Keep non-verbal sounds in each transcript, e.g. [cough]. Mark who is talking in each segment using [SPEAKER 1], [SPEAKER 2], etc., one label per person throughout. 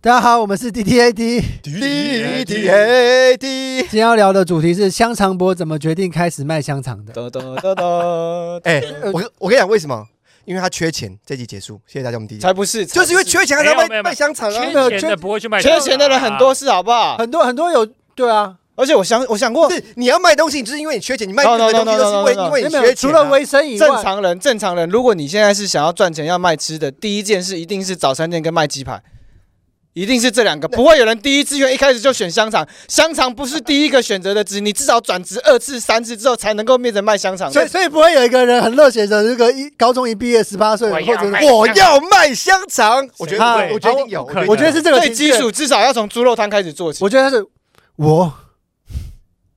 [SPEAKER 1] 大家好，我们是 D T A T，
[SPEAKER 2] D T A D。
[SPEAKER 1] 今天要聊的主题是香肠博怎么决定开始卖香肠的。
[SPEAKER 2] 噔噔噔噔，
[SPEAKER 3] 哎、我跟我跟你讲为什么？因为他缺钱，这集结束，谢谢大家，我们第一集
[SPEAKER 2] 才不是，
[SPEAKER 3] 就是因为缺钱他
[SPEAKER 4] 没有
[SPEAKER 3] 才
[SPEAKER 4] 没
[SPEAKER 3] 卖
[SPEAKER 4] 有
[SPEAKER 3] 卖香肠啊
[SPEAKER 1] 没。有
[SPEAKER 4] 缺
[SPEAKER 1] 缺
[SPEAKER 4] 钱的不会去卖，啊
[SPEAKER 2] 缺钱的人很多，，是好不好？
[SPEAKER 1] 很多很多有对啊，
[SPEAKER 2] 而且我想，我想过
[SPEAKER 3] 不，是哎你要卖东西，你就是因为你缺钱，你卖
[SPEAKER 2] No,
[SPEAKER 3] 任何
[SPEAKER 2] no, no,
[SPEAKER 3] 东西
[SPEAKER 2] no,
[SPEAKER 3] 都是因为
[SPEAKER 2] no, no, no.
[SPEAKER 3] 因为你
[SPEAKER 1] 没有
[SPEAKER 3] 缺
[SPEAKER 1] 除
[SPEAKER 3] 钱、
[SPEAKER 1] 了
[SPEAKER 3] 啊。
[SPEAKER 1] 微生以
[SPEAKER 2] 正
[SPEAKER 1] 外，
[SPEAKER 2] 常人，正常人，如果你现在是想要赚钱要卖吃的，第一件事一定是早餐店跟卖鸡排。一定是这两个，不会有人第一志愿一开始就选香肠。香肠不是第一个选择的职，你至少转职二次、三次之后才能够变成卖香肠。
[SPEAKER 1] 所以所以不会有一个人很热血的，这个一高中一毕业十八岁，或
[SPEAKER 4] 我要
[SPEAKER 1] 者
[SPEAKER 4] 卖
[SPEAKER 1] 是
[SPEAKER 3] 我要卖香肠，我觉得
[SPEAKER 1] 谁会
[SPEAKER 3] 我觉得一定有，
[SPEAKER 4] 不可能
[SPEAKER 1] 我觉得是这个
[SPEAKER 2] 最基础，至少要从猪肉摊开始做起。
[SPEAKER 1] 我觉得他是我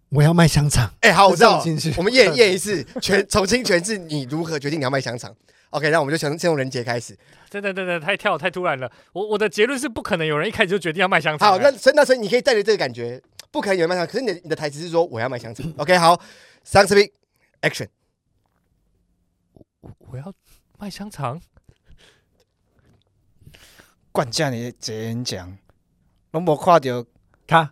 [SPEAKER 1] 我要卖香肠，
[SPEAKER 3] 哎、好，我知道
[SPEAKER 1] 是这种情绪
[SPEAKER 3] 了，我们验验一次，全重新诠释你如何决定你要卖香肠。OK，那我们就先先从人杰开始。
[SPEAKER 4] 等等等等，太跳太突然了。我我的结论是，不可能有人一开始就决定要卖香肠。啊
[SPEAKER 3] 好，那所以那所以你可以带着这个感觉，不可能有人卖香肠，可是你的你的台词是说我要卖香肠。OK，好，三十 B action，
[SPEAKER 4] 我要卖香肠，
[SPEAKER 2] 管家你真讲，拢无看到
[SPEAKER 1] 他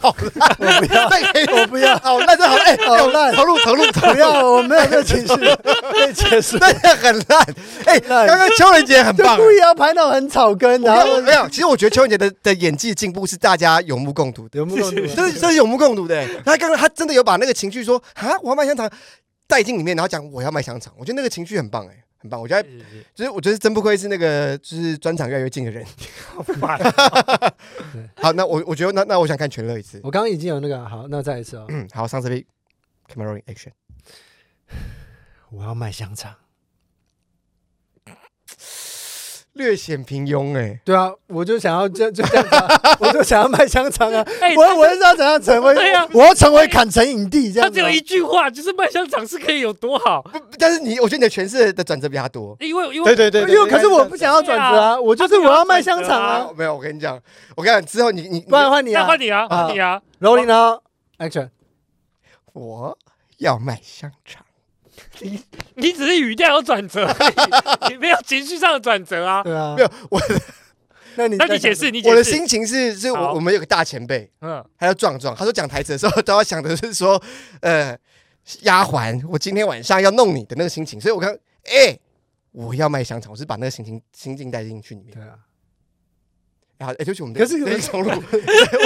[SPEAKER 3] 好烂，我不要，这个，
[SPEAKER 1] 我不要
[SPEAKER 3] [laughs] 好烂，这好烂，哎、
[SPEAKER 1] 好烂
[SPEAKER 3] 投入投入投入 [laughs]
[SPEAKER 1] 不，要，我没有这个情绪，可以结束。
[SPEAKER 3] 真的很烂。哎、
[SPEAKER 1] 烂
[SPEAKER 3] 刚刚邱仁杰很
[SPEAKER 1] 就
[SPEAKER 3] 棒。
[SPEAKER 1] 故意要排那种很草根，
[SPEAKER 3] 没
[SPEAKER 1] 然后
[SPEAKER 3] 有没有，其实我觉得邱仁杰的的演技进步是大家有目共睹的，
[SPEAKER 1] 有目共
[SPEAKER 3] [laughs]
[SPEAKER 1] 睹。
[SPEAKER 3] 这是这是有目共睹的、欸。他刚刚他真的有把那个情绪说啊，我要卖香肠带进里面，然后讲我要卖香肠，我觉得那个情绪很棒哎、很棒。我觉得就是我觉得真不愧是那个就是专场越来越近的人。 [laughs] 好，那我我觉得那那我想看全乐一次。
[SPEAKER 1] 我刚刚已经有那个好，那再一次哦。
[SPEAKER 3] 嗯，好，上这边 camera rolling action。
[SPEAKER 1] 我要卖香肠。
[SPEAKER 3] 略显平庸哎、
[SPEAKER 1] 对啊，我就想要这就这样子啊，我就想要卖香肠啊。
[SPEAKER 4] [laughs] 哎，
[SPEAKER 1] 我我是要怎样成为？
[SPEAKER 4] 对啊
[SPEAKER 1] 我要成为砍成影帝这
[SPEAKER 4] 他
[SPEAKER 1] 样
[SPEAKER 4] 只
[SPEAKER 1] 子啊。
[SPEAKER 4] 有一句话，就是卖香肠是可以有
[SPEAKER 1] [laughs]
[SPEAKER 4] 多好，
[SPEAKER 3] 不但是你我觉得你的诠释的转折比他多。
[SPEAKER 4] 因为因
[SPEAKER 2] 对
[SPEAKER 4] 为
[SPEAKER 2] 对对对，
[SPEAKER 1] 因为可是我不想要转折啊，我就是我要卖香肠啊
[SPEAKER 3] 啊，。没有，我跟你讲，我跟你讲，之后你你你
[SPEAKER 1] 不然换你
[SPEAKER 4] 那
[SPEAKER 1] 啊，
[SPEAKER 4] 换你啊，
[SPEAKER 1] 啊
[SPEAKER 4] 换你啊，
[SPEAKER 1] 柔林啊，action。
[SPEAKER 3] 我要卖香肠。
[SPEAKER 4] 你只是语调有
[SPEAKER 1] [laughs]
[SPEAKER 4] 转折而已，你没有情绪上的转折啊。
[SPEAKER 1] 对啊
[SPEAKER 3] 没，有，我
[SPEAKER 1] 那你
[SPEAKER 4] 那你解释，你解
[SPEAKER 3] 我
[SPEAKER 4] 释。
[SPEAKER 3] 的心情是，是我
[SPEAKER 4] 好
[SPEAKER 3] 我们有个大前辈，
[SPEAKER 4] 嗯，
[SPEAKER 3] 他叫壮壮，他说讲台词的时候都要想的是说，呃，丫鬟，我今天晚上要弄你的那个心情，所以我刚，哎、我要卖香肠，我是把那个心情心境带进去里面。
[SPEAKER 1] 对啊，
[SPEAKER 3] 然后，哎、对不起，我们
[SPEAKER 1] 可是
[SPEAKER 3] 这一
[SPEAKER 1] [laughs]
[SPEAKER 3] 重录，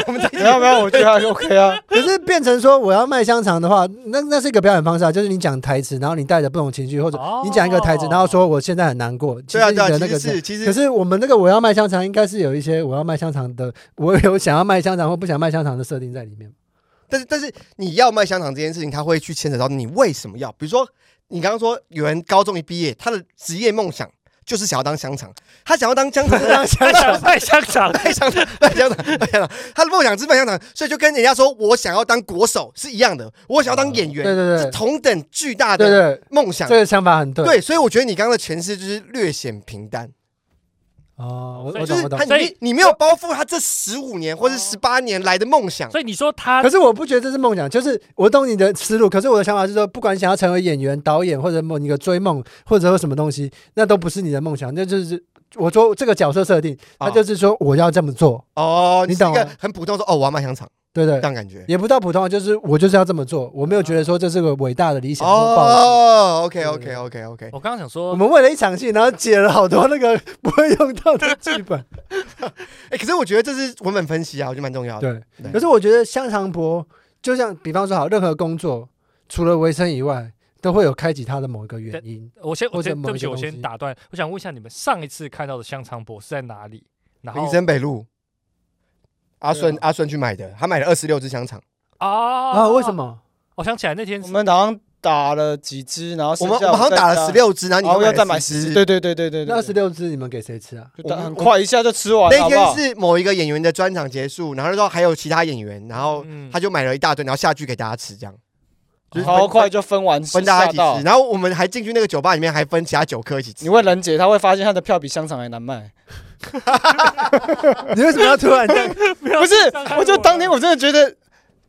[SPEAKER 3] 我们这一
[SPEAKER 2] 没有没有，我觉得还 OK 啊。
[SPEAKER 1] 可是变成说我要卖香肠的话，那那是一个表演方式啊，就是你讲台词，然后你带着不同情绪，或者
[SPEAKER 4] 哦
[SPEAKER 1] 你讲一个台词，然后说我现在很难过，其实
[SPEAKER 3] 对啊
[SPEAKER 1] 你
[SPEAKER 3] 对啊，
[SPEAKER 1] 的
[SPEAKER 3] 其
[SPEAKER 1] 那个
[SPEAKER 3] 实是其实
[SPEAKER 1] 可是我们那个我要卖香肠，应该是有一些我要卖香肠的， [laughs] 我有想要卖香肠或不想卖香肠的设定在里面。
[SPEAKER 3] 但是但是你要卖香肠这件事情，他会去牵扯到你为什么要，比如说你刚刚说有人高中一毕业，他的职业梦想就是想要当香肠，他想要当香肠，当香
[SPEAKER 4] 卖香 [laughs] 卖香肠，
[SPEAKER 3] 卖香肠，卖香肠，卖香肠，他的梦想是卖香肠，所以就跟人家说我想要当国手是一样的，我想要当演员，
[SPEAKER 1] 对对对
[SPEAKER 3] 是同等巨大
[SPEAKER 1] 对
[SPEAKER 3] 的
[SPEAKER 1] 对，
[SPEAKER 3] 梦想。
[SPEAKER 1] 这个想法很对。
[SPEAKER 3] 对，所以我觉得你刚刚的诠释就是略显平淡，
[SPEAKER 1] 哦，我
[SPEAKER 4] 所以
[SPEAKER 1] 我
[SPEAKER 3] 就
[SPEAKER 1] 懂
[SPEAKER 3] 是
[SPEAKER 1] 我懂
[SPEAKER 3] 他。
[SPEAKER 4] 所
[SPEAKER 3] 你
[SPEAKER 4] 以
[SPEAKER 3] 你没有包覆他这十五年或者十八年来的梦想，
[SPEAKER 4] 所以你说他
[SPEAKER 1] 可是我不觉得这是梦想，就是我懂你的思路。可是我的想法是说，不管想要成为演员、导演，或者某一个追梦，或者说什么东西，那都不是你的梦想。那就是我说这个角色设定，
[SPEAKER 3] 啊
[SPEAKER 1] 他就是说我要这么做，
[SPEAKER 3] 哦，
[SPEAKER 1] 你
[SPEAKER 3] 是一
[SPEAKER 1] 懂
[SPEAKER 3] 个
[SPEAKER 1] 吗
[SPEAKER 3] 很普通说哦我要卖香肠
[SPEAKER 1] 对不
[SPEAKER 3] 这
[SPEAKER 1] 对？
[SPEAKER 3] 样感觉。
[SPEAKER 1] 也不到普通，就是我就是要这么做。我没有觉得说这是个伟大的理想或抱负。
[SPEAKER 3] 啊哦，OK
[SPEAKER 1] 对对
[SPEAKER 3] OK OK OK，
[SPEAKER 4] 我刚刚想
[SPEAKER 1] 我
[SPEAKER 4] 说，
[SPEAKER 1] 们为了一场戏，然后解了好多那个不会用到的剧本。
[SPEAKER 3] 哎，可是我觉得这是文本分析啊，我觉得蛮重要的。
[SPEAKER 1] 对
[SPEAKER 3] 对，
[SPEAKER 1] 可是我觉得香肠博，就像比方说好，任何工作除了维生以外，都会有开启它的某一个原因。
[SPEAKER 4] 我先我
[SPEAKER 1] 或者
[SPEAKER 4] 先
[SPEAKER 1] 某
[SPEAKER 4] 对
[SPEAKER 1] 一
[SPEAKER 4] 不起，
[SPEAKER 1] 个
[SPEAKER 4] 我
[SPEAKER 1] 东
[SPEAKER 4] 先
[SPEAKER 1] 西
[SPEAKER 4] 打断，我想问一下你们上一次看到的香肠博是在哪里？然后
[SPEAKER 3] 林森北路，阿顺
[SPEAKER 1] 对啊
[SPEAKER 3] 阿顺去买的，他买了二十六只香肠。
[SPEAKER 4] 啊
[SPEAKER 1] 啊，为什？么？
[SPEAKER 4] 哦我想起来那天
[SPEAKER 2] 我
[SPEAKER 4] 是
[SPEAKER 2] 们好像打了几只，然后
[SPEAKER 3] 我
[SPEAKER 2] 剩
[SPEAKER 3] 们
[SPEAKER 2] 下
[SPEAKER 3] 我们好像
[SPEAKER 2] 再
[SPEAKER 3] 打了十，六只，然
[SPEAKER 2] 然
[SPEAKER 3] 后
[SPEAKER 2] 后
[SPEAKER 3] 你
[SPEAKER 2] 要再买
[SPEAKER 3] 买
[SPEAKER 2] 十
[SPEAKER 3] 只。
[SPEAKER 2] 只。对对对对对
[SPEAKER 1] 那
[SPEAKER 2] 对，
[SPEAKER 1] 二十六只你们给谁吃啊？ [laughs]
[SPEAKER 2] 就
[SPEAKER 3] 我
[SPEAKER 2] 打
[SPEAKER 3] 们
[SPEAKER 2] 很快一下就吃完了，
[SPEAKER 3] 那
[SPEAKER 2] 啊好不好
[SPEAKER 3] 天是某一个演员的专场结束，然后说还有其他演员，然
[SPEAKER 2] 哦
[SPEAKER 3] 后
[SPEAKER 4] 嗯
[SPEAKER 3] 他就买了一大堆，然后下去给大家吃，这样就是分
[SPEAKER 2] 超快就分完，
[SPEAKER 3] 分大家一
[SPEAKER 2] 吓到
[SPEAKER 3] 起吃。然后我们还进去那个酒吧里面，还分其他酒客一起
[SPEAKER 2] 你
[SPEAKER 3] 吃。
[SPEAKER 2] 问人姐，她会发现她的票比香肠还难卖。
[SPEAKER 1] 你为什么要突然这样？
[SPEAKER 4] 不
[SPEAKER 1] [laughs]
[SPEAKER 2] 不是，我就当天我真的觉得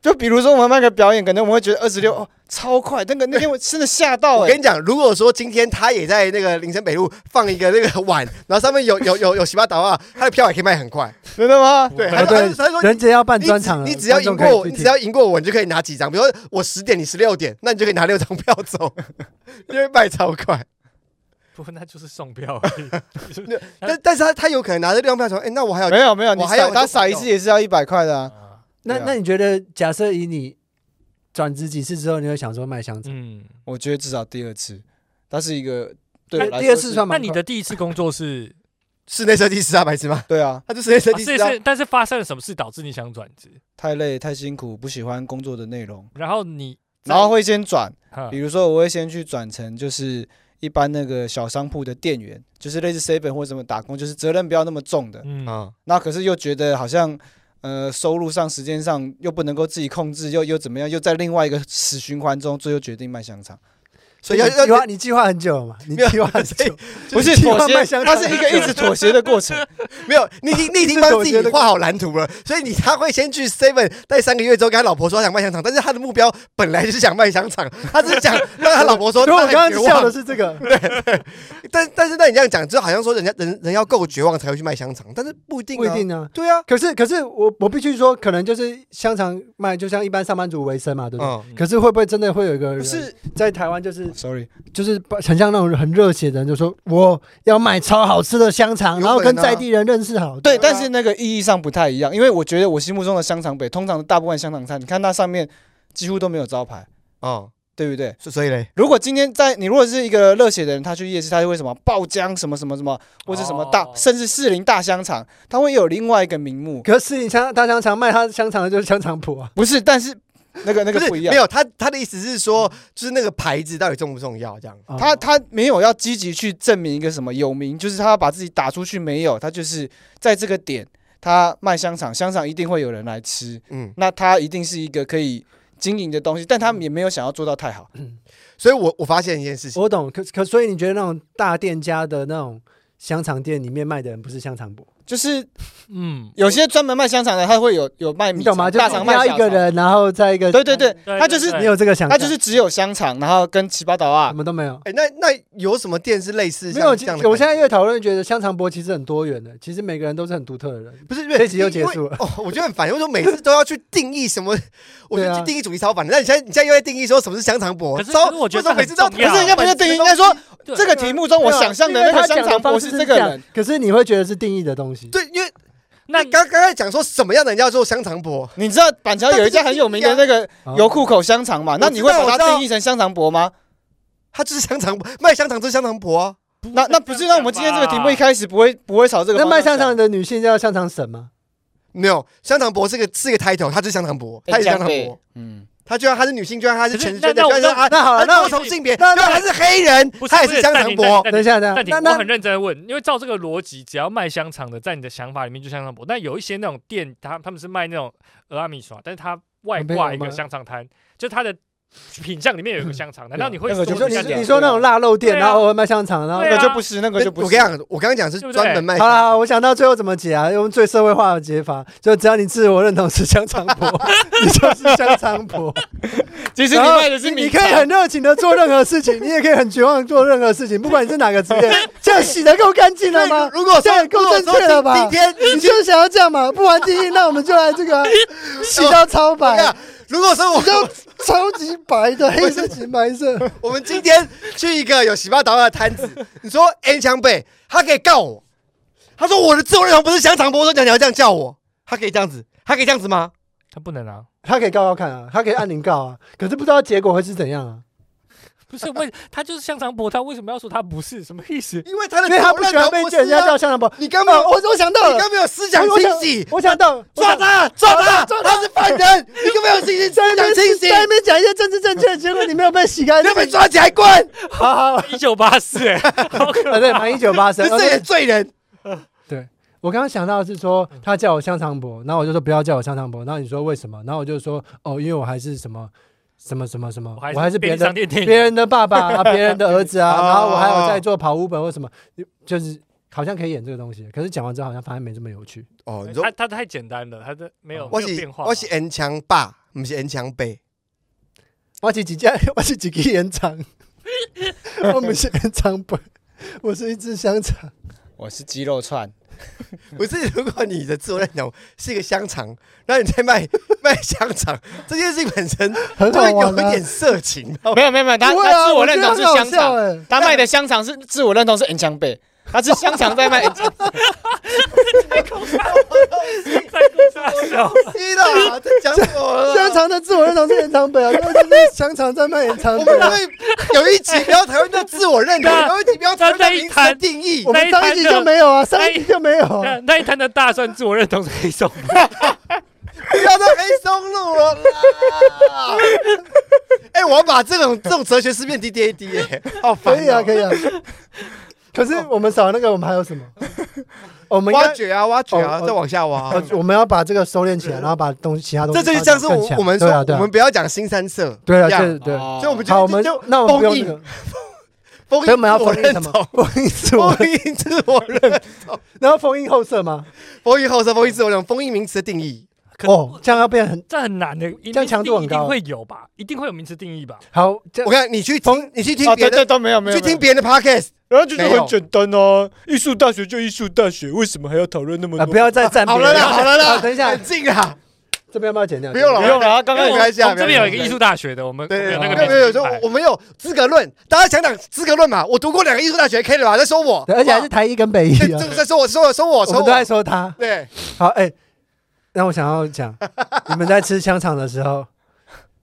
[SPEAKER 2] 就比如说我们那个表演，可能我们会觉得二十六哦超快，那个那天我真的吓到
[SPEAKER 3] 我
[SPEAKER 2] 哎、
[SPEAKER 3] 跟你讲，如果说今天他也在那个林森北路放一个那个
[SPEAKER 1] [laughs]
[SPEAKER 3] 碗，然后上面有有有有洗发岛啊，他的票也可以卖很快。
[SPEAKER 2] 真的吗？
[SPEAKER 3] 对，
[SPEAKER 1] 啊
[SPEAKER 3] 他
[SPEAKER 1] 对
[SPEAKER 3] 他他说
[SPEAKER 1] 人家要办
[SPEAKER 3] 你
[SPEAKER 1] 专
[SPEAKER 3] 只
[SPEAKER 1] 场了，
[SPEAKER 3] 你只要
[SPEAKER 1] 观众
[SPEAKER 3] 赢
[SPEAKER 1] 可以
[SPEAKER 3] 过我，
[SPEAKER 1] 去
[SPEAKER 3] 你只
[SPEAKER 1] 听
[SPEAKER 3] 要赢过我，你就可以拿几张。比如说我十点，你十六点，那你就可以拿六张票走， [laughs] 因为卖超快。
[SPEAKER 4] 不过那就是送票
[SPEAKER 1] 呃
[SPEAKER 3] 但但是他他有可能拿着六张票说，哎，那我还有
[SPEAKER 2] 没有没有，你
[SPEAKER 3] 我还
[SPEAKER 2] 撒
[SPEAKER 3] 有
[SPEAKER 2] 他撒一次也是要一百块的啊。
[SPEAKER 4] 啊。
[SPEAKER 1] 那
[SPEAKER 2] 对啊
[SPEAKER 1] 那你觉得，假设以你转职几次之后，你会想说卖香肠？
[SPEAKER 4] 嗯，
[SPEAKER 2] 我觉得至少第二次，它是一个对我
[SPEAKER 1] 那
[SPEAKER 2] 来
[SPEAKER 1] 第二
[SPEAKER 2] 说
[SPEAKER 1] 次
[SPEAKER 2] 是
[SPEAKER 1] 算
[SPEAKER 4] 那
[SPEAKER 1] 蛮
[SPEAKER 4] 你
[SPEAKER 1] 快
[SPEAKER 4] 的第一次工作是
[SPEAKER 3] 室内设计师啊，白痴吗？
[SPEAKER 2] [laughs] 对啊，
[SPEAKER 3] 他就室内设
[SPEAKER 4] 啊
[SPEAKER 3] 计
[SPEAKER 4] 是
[SPEAKER 3] 师啊，
[SPEAKER 4] 是，但是发生了什么事导致你想转职？
[SPEAKER 2] 太累太辛苦，不喜欢工作的内容，
[SPEAKER 4] 然后你
[SPEAKER 2] 然后会先转，
[SPEAKER 4] 哈
[SPEAKER 2] 比如说我会先去转成就是一般那个小商铺的店员，就是类似 seven 或者什么打工，就是责任不要那么重的。
[SPEAKER 4] 嗯
[SPEAKER 3] 嗯，
[SPEAKER 2] 那可是又觉得好像呃收入上、时间上又不能够自己控制，又又怎么样，又在另外一个死循环中，最后决定卖香肠，
[SPEAKER 3] 所以要
[SPEAKER 1] 你计
[SPEAKER 3] 要
[SPEAKER 1] 划你计划很久了嘛？你
[SPEAKER 3] 没有
[SPEAKER 1] 计划很
[SPEAKER 3] 所以
[SPEAKER 1] 久，
[SPEAKER 2] 不
[SPEAKER 1] [laughs]
[SPEAKER 2] 是
[SPEAKER 1] 计划
[SPEAKER 2] 妥 [laughs]
[SPEAKER 1] 卖
[SPEAKER 2] 协，
[SPEAKER 1] 香
[SPEAKER 2] 它
[SPEAKER 1] 肠
[SPEAKER 2] 是一个一直妥协的过程。
[SPEAKER 3] 没有，你已经你已经帮
[SPEAKER 1] [laughs]
[SPEAKER 3] 自己画好蓝图了，所以你他会先去 Seven 待三个月之后，跟他老婆说他想卖香肠，但是他的目标本来就是想卖香肠，他只是想让他老婆
[SPEAKER 1] [laughs]
[SPEAKER 3] 说
[SPEAKER 1] 所以我
[SPEAKER 3] 他
[SPEAKER 1] 刚
[SPEAKER 3] 很绝
[SPEAKER 1] 刚笑的
[SPEAKER 3] 望。
[SPEAKER 1] 是这个，
[SPEAKER 3] 但但是那你这样讲，就好像说人家人人要够绝望才会去卖香肠，但是不一定、啊，
[SPEAKER 1] 不一定呢。
[SPEAKER 3] 对啊，
[SPEAKER 1] 可是可是我我必须说，可能就是香肠卖，就像一般上班族为生嘛，对不对？
[SPEAKER 3] 嗯，
[SPEAKER 1] 可是会不会真的会有一个
[SPEAKER 2] [laughs] 不
[SPEAKER 1] 人
[SPEAKER 2] 是
[SPEAKER 1] 在台湾，就是
[SPEAKER 2] ，sorry，
[SPEAKER 1] 就是很像那种很热血的人，就说我要买超好吃的香肠，
[SPEAKER 3] 有
[SPEAKER 1] 然后
[SPEAKER 3] 可能
[SPEAKER 1] 跟
[SPEAKER 3] 啊
[SPEAKER 1] 在地人认识好。
[SPEAKER 3] 对
[SPEAKER 2] 对，
[SPEAKER 3] 啊
[SPEAKER 2] 但是那个意义上不太一样，因为我觉得我心目中的香肠北，通常大部分香肠摊，你看它上面几乎都没有招牌，
[SPEAKER 3] 哦、
[SPEAKER 2] 对不对？
[SPEAKER 3] 所所以嘞，
[SPEAKER 2] 如果今天在你如果是一个热血的人，他去夜市，他就会什么爆浆什么什么什么，或者什么大，
[SPEAKER 4] 哦
[SPEAKER 2] 甚至士林大香肠，他会有另外一个名目，
[SPEAKER 1] 可是你香大香肠卖他香肠的就是香肠铺啊，
[SPEAKER 2] 不是？但是那个那
[SPEAKER 3] 不
[SPEAKER 2] 个
[SPEAKER 3] 是
[SPEAKER 2] 不一样
[SPEAKER 3] 没，有他他的意思是说，就是那个牌子到底重不重要这样。
[SPEAKER 1] 哦
[SPEAKER 2] 他他没有要积极去证明一个什么有名，就是他要把自己打出去没有，他就是在这个点，他卖香肠，香肠一定会有人来吃，
[SPEAKER 3] 嗯，
[SPEAKER 2] 那他一定是一个可以经营的东西，但他们也没有想要做到太好。
[SPEAKER 3] 所以我我发现一件事情，
[SPEAKER 1] 我懂，可可所以你觉得那种大店家的那种香肠店里面卖的人不是香肠婆，
[SPEAKER 2] 就是
[SPEAKER 4] 嗯，
[SPEAKER 2] 有些专门卖香肠的，他会有有卖米
[SPEAKER 1] 你
[SPEAKER 2] 肠
[SPEAKER 1] 懂吗？就
[SPEAKER 2] 大
[SPEAKER 1] 是
[SPEAKER 2] 肠
[SPEAKER 1] 你
[SPEAKER 2] 卖
[SPEAKER 1] 要
[SPEAKER 2] 小
[SPEAKER 1] 一个
[SPEAKER 2] 肠，
[SPEAKER 1] 人，嗯然后再一个，
[SPEAKER 2] 对对对，
[SPEAKER 4] 对
[SPEAKER 2] 他就是
[SPEAKER 4] 对
[SPEAKER 1] 你有这个想
[SPEAKER 2] 他
[SPEAKER 1] 象，
[SPEAKER 2] 就是只有香肠，然后跟奇巴岛啊
[SPEAKER 1] 什，么都没有。
[SPEAKER 3] 哎、那那有什么店是类似
[SPEAKER 1] 没有，
[SPEAKER 3] 像这
[SPEAKER 1] 其
[SPEAKER 3] 样的感觉？
[SPEAKER 1] 我现在越讨论觉得香肠婆其实很多元的，欸其实每个人都是很独特的人。
[SPEAKER 3] 不是，因为
[SPEAKER 1] 这集就
[SPEAKER 3] 因为
[SPEAKER 1] 结束了
[SPEAKER 3] 哦，我觉得很烦，因为说每次都要去定义什
[SPEAKER 1] [laughs]
[SPEAKER 3] 么，我觉
[SPEAKER 1] 对
[SPEAKER 3] 得
[SPEAKER 1] 啊
[SPEAKER 3] 去定义主题超烦的。那你现在你现在又在定义说什么是香肠薄？
[SPEAKER 4] 可是
[SPEAKER 3] 超
[SPEAKER 4] 可是我觉得
[SPEAKER 3] 为什么每次都要
[SPEAKER 4] 这
[SPEAKER 2] 不
[SPEAKER 4] 很重
[SPEAKER 2] 是
[SPEAKER 4] 要
[SPEAKER 2] 应该不是
[SPEAKER 1] 啊
[SPEAKER 2] 定义，应该说
[SPEAKER 4] 对
[SPEAKER 2] 这个题目中啊我想象的
[SPEAKER 1] 没有啊因为
[SPEAKER 2] 那
[SPEAKER 1] 他
[SPEAKER 2] 个香
[SPEAKER 1] 讲的
[SPEAKER 2] 肠
[SPEAKER 1] 方
[SPEAKER 2] 博
[SPEAKER 1] 式
[SPEAKER 2] 士
[SPEAKER 1] 是
[SPEAKER 2] 这个
[SPEAKER 1] 样
[SPEAKER 2] 人。，
[SPEAKER 1] 可是你会觉得是定义的东西。
[SPEAKER 3] 对，因为
[SPEAKER 4] 那
[SPEAKER 3] 那刚刚才讲说什么样的人叫做香肠薄？
[SPEAKER 2] 你知道板桥有一家很有名的那个
[SPEAKER 3] 哦
[SPEAKER 1] 啊
[SPEAKER 2] 油库口香肠嘛？那你会
[SPEAKER 3] 我知道我
[SPEAKER 2] 把
[SPEAKER 3] 知
[SPEAKER 2] 它
[SPEAKER 3] 道
[SPEAKER 2] 定义成香肠博吗？
[SPEAKER 3] 他就是香肠薄卖香肠就是香肠薄啊。
[SPEAKER 2] 那那不是让我们今天这个题目一开始不会不会朝这个
[SPEAKER 1] 那
[SPEAKER 2] 方啊
[SPEAKER 1] 卖
[SPEAKER 2] 向
[SPEAKER 1] 香
[SPEAKER 2] 想
[SPEAKER 1] 肠的女性叫香肠神吗？
[SPEAKER 3] 没有，香肠薄是个是个 title，他就是香肠薄，他
[SPEAKER 2] 哎
[SPEAKER 3] 是香
[SPEAKER 2] 江
[SPEAKER 3] 肠
[SPEAKER 2] 北
[SPEAKER 3] 薄。
[SPEAKER 2] 嗯，
[SPEAKER 3] 他就算他是女性，就算他是
[SPEAKER 4] 可
[SPEAKER 3] 全
[SPEAKER 4] 是那
[SPEAKER 3] 就
[SPEAKER 4] 那
[SPEAKER 3] 算
[SPEAKER 4] 我
[SPEAKER 3] 是啊，
[SPEAKER 1] 那好了，
[SPEAKER 3] 他
[SPEAKER 1] 那
[SPEAKER 3] 多
[SPEAKER 1] 我
[SPEAKER 4] 我
[SPEAKER 3] 重性别，就
[SPEAKER 1] 那那
[SPEAKER 3] 算他是黑人，
[SPEAKER 4] 不是
[SPEAKER 3] 他也
[SPEAKER 4] 不
[SPEAKER 3] 是香肠薄。
[SPEAKER 1] 等一下，等
[SPEAKER 4] 但
[SPEAKER 1] 一
[SPEAKER 4] 你
[SPEAKER 1] 下，
[SPEAKER 4] 我
[SPEAKER 1] 呃那
[SPEAKER 4] 很
[SPEAKER 1] 那
[SPEAKER 4] 认真地问，因为照这个逻辑，只要卖香肠的，在你的想法里面就香肠博。但有一些那种店，他他们是卖那种俄阿米耍，但是他外挂一
[SPEAKER 1] 啊没有嗯
[SPEAKER 4] 个
[SPEAKER 1] 吗
[SPEAKER 4] 香肠摊，就它的品相里面有一个香
[SPEAKER 1] [laughs]
[SPEAKER 4] 肠，难
[SPEAKER 1] 啊
[SPEAKER 4] 道你会
[SPEAKER 2] 那个
[SPEAKER 4] 说
[SPEAKER 2] 就
[SPEAKER 1] 你说你
[SPEAKER 4] 香
[SPEAKER 2] 不是这样
[SPEAKER 1] 你
[SPEAKER 4] 肠
[SPEAKER 1] 说那种腊肉店，
[SPEAKER 4] 对啊
[SPEAKER 1] 然后偶尔卖香肠，然后
[SPEAKER 4] 对
[SPEAKER 2] 那
[SPEAKER 4] 啊
[SPEAKER 2] 个就不是那个就不是。
[SPEAKER 3] 我跟你讲，我刚刚讲是
[SPEAKER 4] 对不对
[SPEAKER 3] 专门卖
[SPEAKER 1] 好啦，我想到最后怎么解啊？用最社会化的解法，就只要你自我认同是香肠
[SPEAKER 2] [laughs]
[SPEAKER 1] 婆，你就是香肠婆。
[SPEAKER 2] 其实你
[SPEAKER 1] 然后
[SPEAKER 2] 卖的是
[SPEAKER 1] 哦你
[SPEAKER 2] 米
[SPEAKER 1] 你可以
[SPEAKER 2] 肠
[SPEAKER 1] 很热情的做任何事情，你也可以很绝望地做任何事情，不管你是哪个
[SPEAKER 2] [laughs]
[SPEAKER 1] 职业，这样洗的够干净了吗
[SPEAKER 3] 对？如果
[SPEAKER 1] 这
[SPEAKER 3] 说
[SPEAKER 1] 样
[SPEAKER 3] 如
[SPEAKER 1] 够
[SPEAKER 3] 果
[SPEAKER 1] 正
[SPEAKER 3] 说
[SPEAKER 1] 确了吧？
[SPEAKER 3] 今天
[SPEAKER 1] [laughs] 你就想要这样嘛？不玩精英，那我们就来这 [laughs] 个啊、洗到超
[SPEAKER 3] 对啊
[SPEAKER 1] 白，
[SPEAKER 3] 如果说我
[SPEAKER 1] 洗到超级白的黑色及白色。
[SPEAKER 3] 我们今天去一个有洗发岛的摊子，你说 N 强北，他可以告我，他说我的自我认同不是香肠波，我说你要这样叫我，他可以这样子，他可以这样子吗？
[SPEAKER 4] 他不能啊，
[SPEAKER 1] 他可以告告看啊，他可以按铃告啊，可是不知道结果会是怎样啊，
[SPEAKER 4] [laughs] 不是为他就是香肠博，他为什么要说他不是？什么意思？
[SPEAKER 3] 因为他的
[SPEAKER 1] 因为他不喜欢被人家叫
[SPEAKER 3] 叫，
[SPEAKER 1] 香肠婆。
[SPEAKER 3] 你刚刚
[SPEAKER 1] 哦，我我想到
[SPEAKER 3] 你
[SPEAKER 1] 了，
[SPEAKER 3] 刚没有思想
[SPEAKER 1] 我想
[SPEAKER 3] 清醒，
[SPEAKER 1] 我想到我
[SPEAKER 3] 抓
[SPEAKER 1] 想
[SPEAKER 3] 他抓他，
[SPEAKER 1] 抓
[SPEAKER 3] 他是犯人，你刚没有信心，思
[SPEAKER 1] 在那
[SPEAKER 3] 想清
[SPEAKER 1] 边
[SPEAKER 3] 醒，
[SPEAKER 1] 在那边讲一些政治正确的，结果你没有被洗干
[SPEAKER 3] 你
[SPEAKER 1] 净
[SPEAKER 3] 要。被抓起来滚，
[SPEAKER 1] 好好，好
[SPEAKER 4] [laughs] 一九八四，哎，好
[SPEAKER 1] [laughs]
[SPEAKER 4] 可
[SPEAKER 1] 啊对，满一九八
[SPEAKER 3] 你
[SPEAKER 1] 三。哦
[SPEAKER 3] 是
[SPEAKER 1] 对
[SPEAKER 3] 个罪人。
[SPEAKER 1] 我刚刚想到的是说，他叫我香肠伯，然后我就说不要叫我香肠伯，然后你说为什么？然后我就说哦，因为我还是什么什么什么什么，我还是别人
[SPEAKER 4] 便利商
[SPEAKER 1] 的
[SPEAKER 4] 店店
[SPEAKER 1] 别人的爸爸啊，别人的儿子啊，
[SPEAKER 3] 哦
[SPEAKER 1] 然后我还有在做跑五本或什么，就是好像可以演这个东西，可是讲完之后好像发现没这么有趣。
[SPEAKER 3] 哦，你说
[SPEAKER 4] 他他太简单了，他的没有
[SPEAKER 1] 哦
[SPEAKER 4] 没
[SPEAKER 3] 我
[SPEAKER 4] 有
[SPEAKER 3] 是
[SPEAKER 4] 变化嘛。
[SPEAKER 3] 我是 N 强爸，不是 N 强北，
[SPEAKER 1] 我是几件， [laughs] 我是几个延长，我们是延长本，我是一只香肠。
[SPEAKER 2] 我是鸡肉串，
[SPEAKER 1] [laughs]
[SPEAKER 3] 不是。如果你的自我认同是一个香肠，然后你在卖卖香肠，这件事情本身
[SPEAKER 1] 很
[SPEAKER 3] 就
[SPEAKER 1] 好
[SPEAKER 3] 会
[SPEAKER 1] 玩、啊、
[SPEAKER 3] 有一点色情。
[SPEAKER 2] 没有没有没有，他
[SPEAKER 1] 不会
[SPEAKER 2] 他
[SPEAKER 1] 哦啊，
[SPEAKER 2] 自我
[SPEAKER 1] 觉
[SPEAKER 2] 认
[SPEAKER 1] 得
[SPEAKER 2] 同是
[SPEAKER 1] 很好
[SPEAKER 2] 香
[SPEAKER 1] 笑
[SPEAKER 2] 肠，
[SPEAKER 1] 欸
[SPEAKER 2] 他卖的香肠是自我认同是 N 强北，他是香肠在卖 N 强北，
[SPEAKER 4] 在大
[SPEAKER 3] 哎
[SPEAKER 4] 小，
[SPEAKER 3] 是啦，在讲什么
[SPEAKER 1] 香
[SPEAKER 3] 啦？
[SPEAKER 1] 肠的自我认同是延长本啊，因为就是香肠在卖延长
[SPEAKER 3] 我
[SPEAKER 1] 本
[SPEAKER 3] 们 [laughs]
[SPEAKER 1] 啊。
[SPEAKER 3] 会有一集标台湾的自我
[SPEAKER 1] [laughs]
[SPEAKER 3] 认同，
[SPEAKER 4] 对啊
[SPEAKER 3] 有一集标台湾的名词的定义
[SPEAKER 1] 我。们上一集就没有啊，上一集就没有、
[SPEAKER 4] [laughs] 那
[SPEAKER 1] 啊。
[SPEAKER 4] 那一摊的大蒜自我认同是
[SPEAKER 1] [laughs]
[SPEAKER 4] 黑松，
[SPEAKER 3] 不要再黑松露了啦！哎、我要把这种这种哲学思辨滴滴滴，哎，好烦、
[SPEAKER 1] 可以啊，可以啊。 [laughs] 可是我们少那个，我们还有
[SPEAKER 3] [laughs]
[SPEAKER 1] 什么？哦我们应该
[SPEAKER 3] 哦挖掘啊，挖掘
[SPEAKER 1] 哦
[SPEAKER 3] 啊，
[SPEAKER 1] 哦
[SPEAKER 3] 再往下挖、
[SPEAKER 1] 呃，我们要把这个收敛起来，然后把东西其他东西
[SPEAKER 3] 这
[SPEAKER 1] 发
[SPEAKER 3] 就
[SPEAKER 1] 展
[SPEAKER 3] 像是
[SPEAKER 1] 更
[SPEAKER 3] 我
[SPEAKER 1] 强
[SPEAKER 3] 我们说，
[SPEAKER 1] 对啊对
[SPEAKER 3] 我
[SPEAKER 1] 啊
[SPEAKER 3] 们不要讲新三色，
[SPEAKER 1] 对啊
[SPEAKER 3] 这样
[SPEAKER 1] 对对，
[SPEAKER 2] 哦
[SPEAKER 3] 所以我们就
[SPEAKER 1] 好，我们
[SPEAKER 3] 就
[SPEAKER 1] 那我们不用这
[SPEAKER 3] 封
[SPEAKER 1] 个，
[SPEAKER 3] 封印
[SPEAKER 1] 所以我们要
[SPEAKER 3] 自我
[SPEAKER 1] 封印
[SPEAKER 3] 认
[SPEAKER 1] 什么
[SPEAKER 3] 同，？
[SPEAKER 1] 封印自我
[SPEAKER 3] 封，
[SPEAKER 1] [laughs]
[SPEAKER 3] 印自我认同，
[SPEAKER 1] 然后封印后色吗？
[SPEAKER 3] 封印后色，封印自我认同，封印名词的定义。
[SPEAKER 4] 可
[SPEAKER 1] 哦，这样要变很
[SPEAKER 4] 这很难的，这
[SPEAKER 1] 这样强度很高
[SPEAKER 4] 一定会有吧？一定会有名词定义吧？
[SPEAKER 1] 好。这
[SPEAKER 3] 我看你去听，你去听
[SPEAKER 2] 哦
[SPEAKER 3] 别
[SPEAKER 2] 对对
[SPEAKER 3] 的，
[SPEAKER 2] 都没有没
[SPEAKER 3] 你
[SPEAKER 2] 有，
[SPEAKER 3] 去听
[SPEAKER 2] 没
[SPEAKER 3] 别
[SPEAKER 2] 有，
[SPEAKER 3] 人的 podcast，
[SPEAKER 2] 然后就是
[SPEAKER 3] 没有
[SPEAKER 2] 很简单啊，艺术大学就艺术大学，为什么还要讨论那么
[SPEAKER 1] 啊，
[SPEAKER 2] 多？
[SPEAKER 1] 不要再站
[SPEAKER 3] 好了啦，好了啦，
[SPEAKER 1] 哦等一下
[SPEAKER 3] 很，近啊，
[SPEAKER 1] 这边要不要剪掉？
[SPEAKER 3] 不用了，
[SPEAKER 2] 不用啊了，他刚
[SPEAKER 3] 不
[SPEAKER 2] 刚
[SPEAKER 3] 用开下
[SPEAKER 4] 我们哦这边有一个艺术大学的，我们我们
[SPEAKER 3] 对，
[SPEAKER 4] 有那个
[SPEAKER 3] 没
[SPEAKER 4] 名
[SPEAKER 3] 有没有，
[SPEAKER 4] 字
[SPEAKER 3] 就
[SPEAKER 4] 品牌
[SPEAKER 3] 我们有资格论，大家想讲资格论嘛？我读过两个艺术大学，可以了吧？在说我，
[SPEAKER 1] 对，而且还是台一跟北一
[SPEAKER 3] 对
[SPEAKER 1] 啊
[SPEAKER 3] 这，个在说我，说我，说我，
[SPEAKER 1] 我
[SPEAKER 3] 说
[SPEAKER 1] 们都在
[SPEAKER 3] 我，
[SPEAKER 1] 说他。
[SPEAKER 3] 对，
[SPEAKER 1] 好，哎，那我想要讲，你们在吃香肠的时候，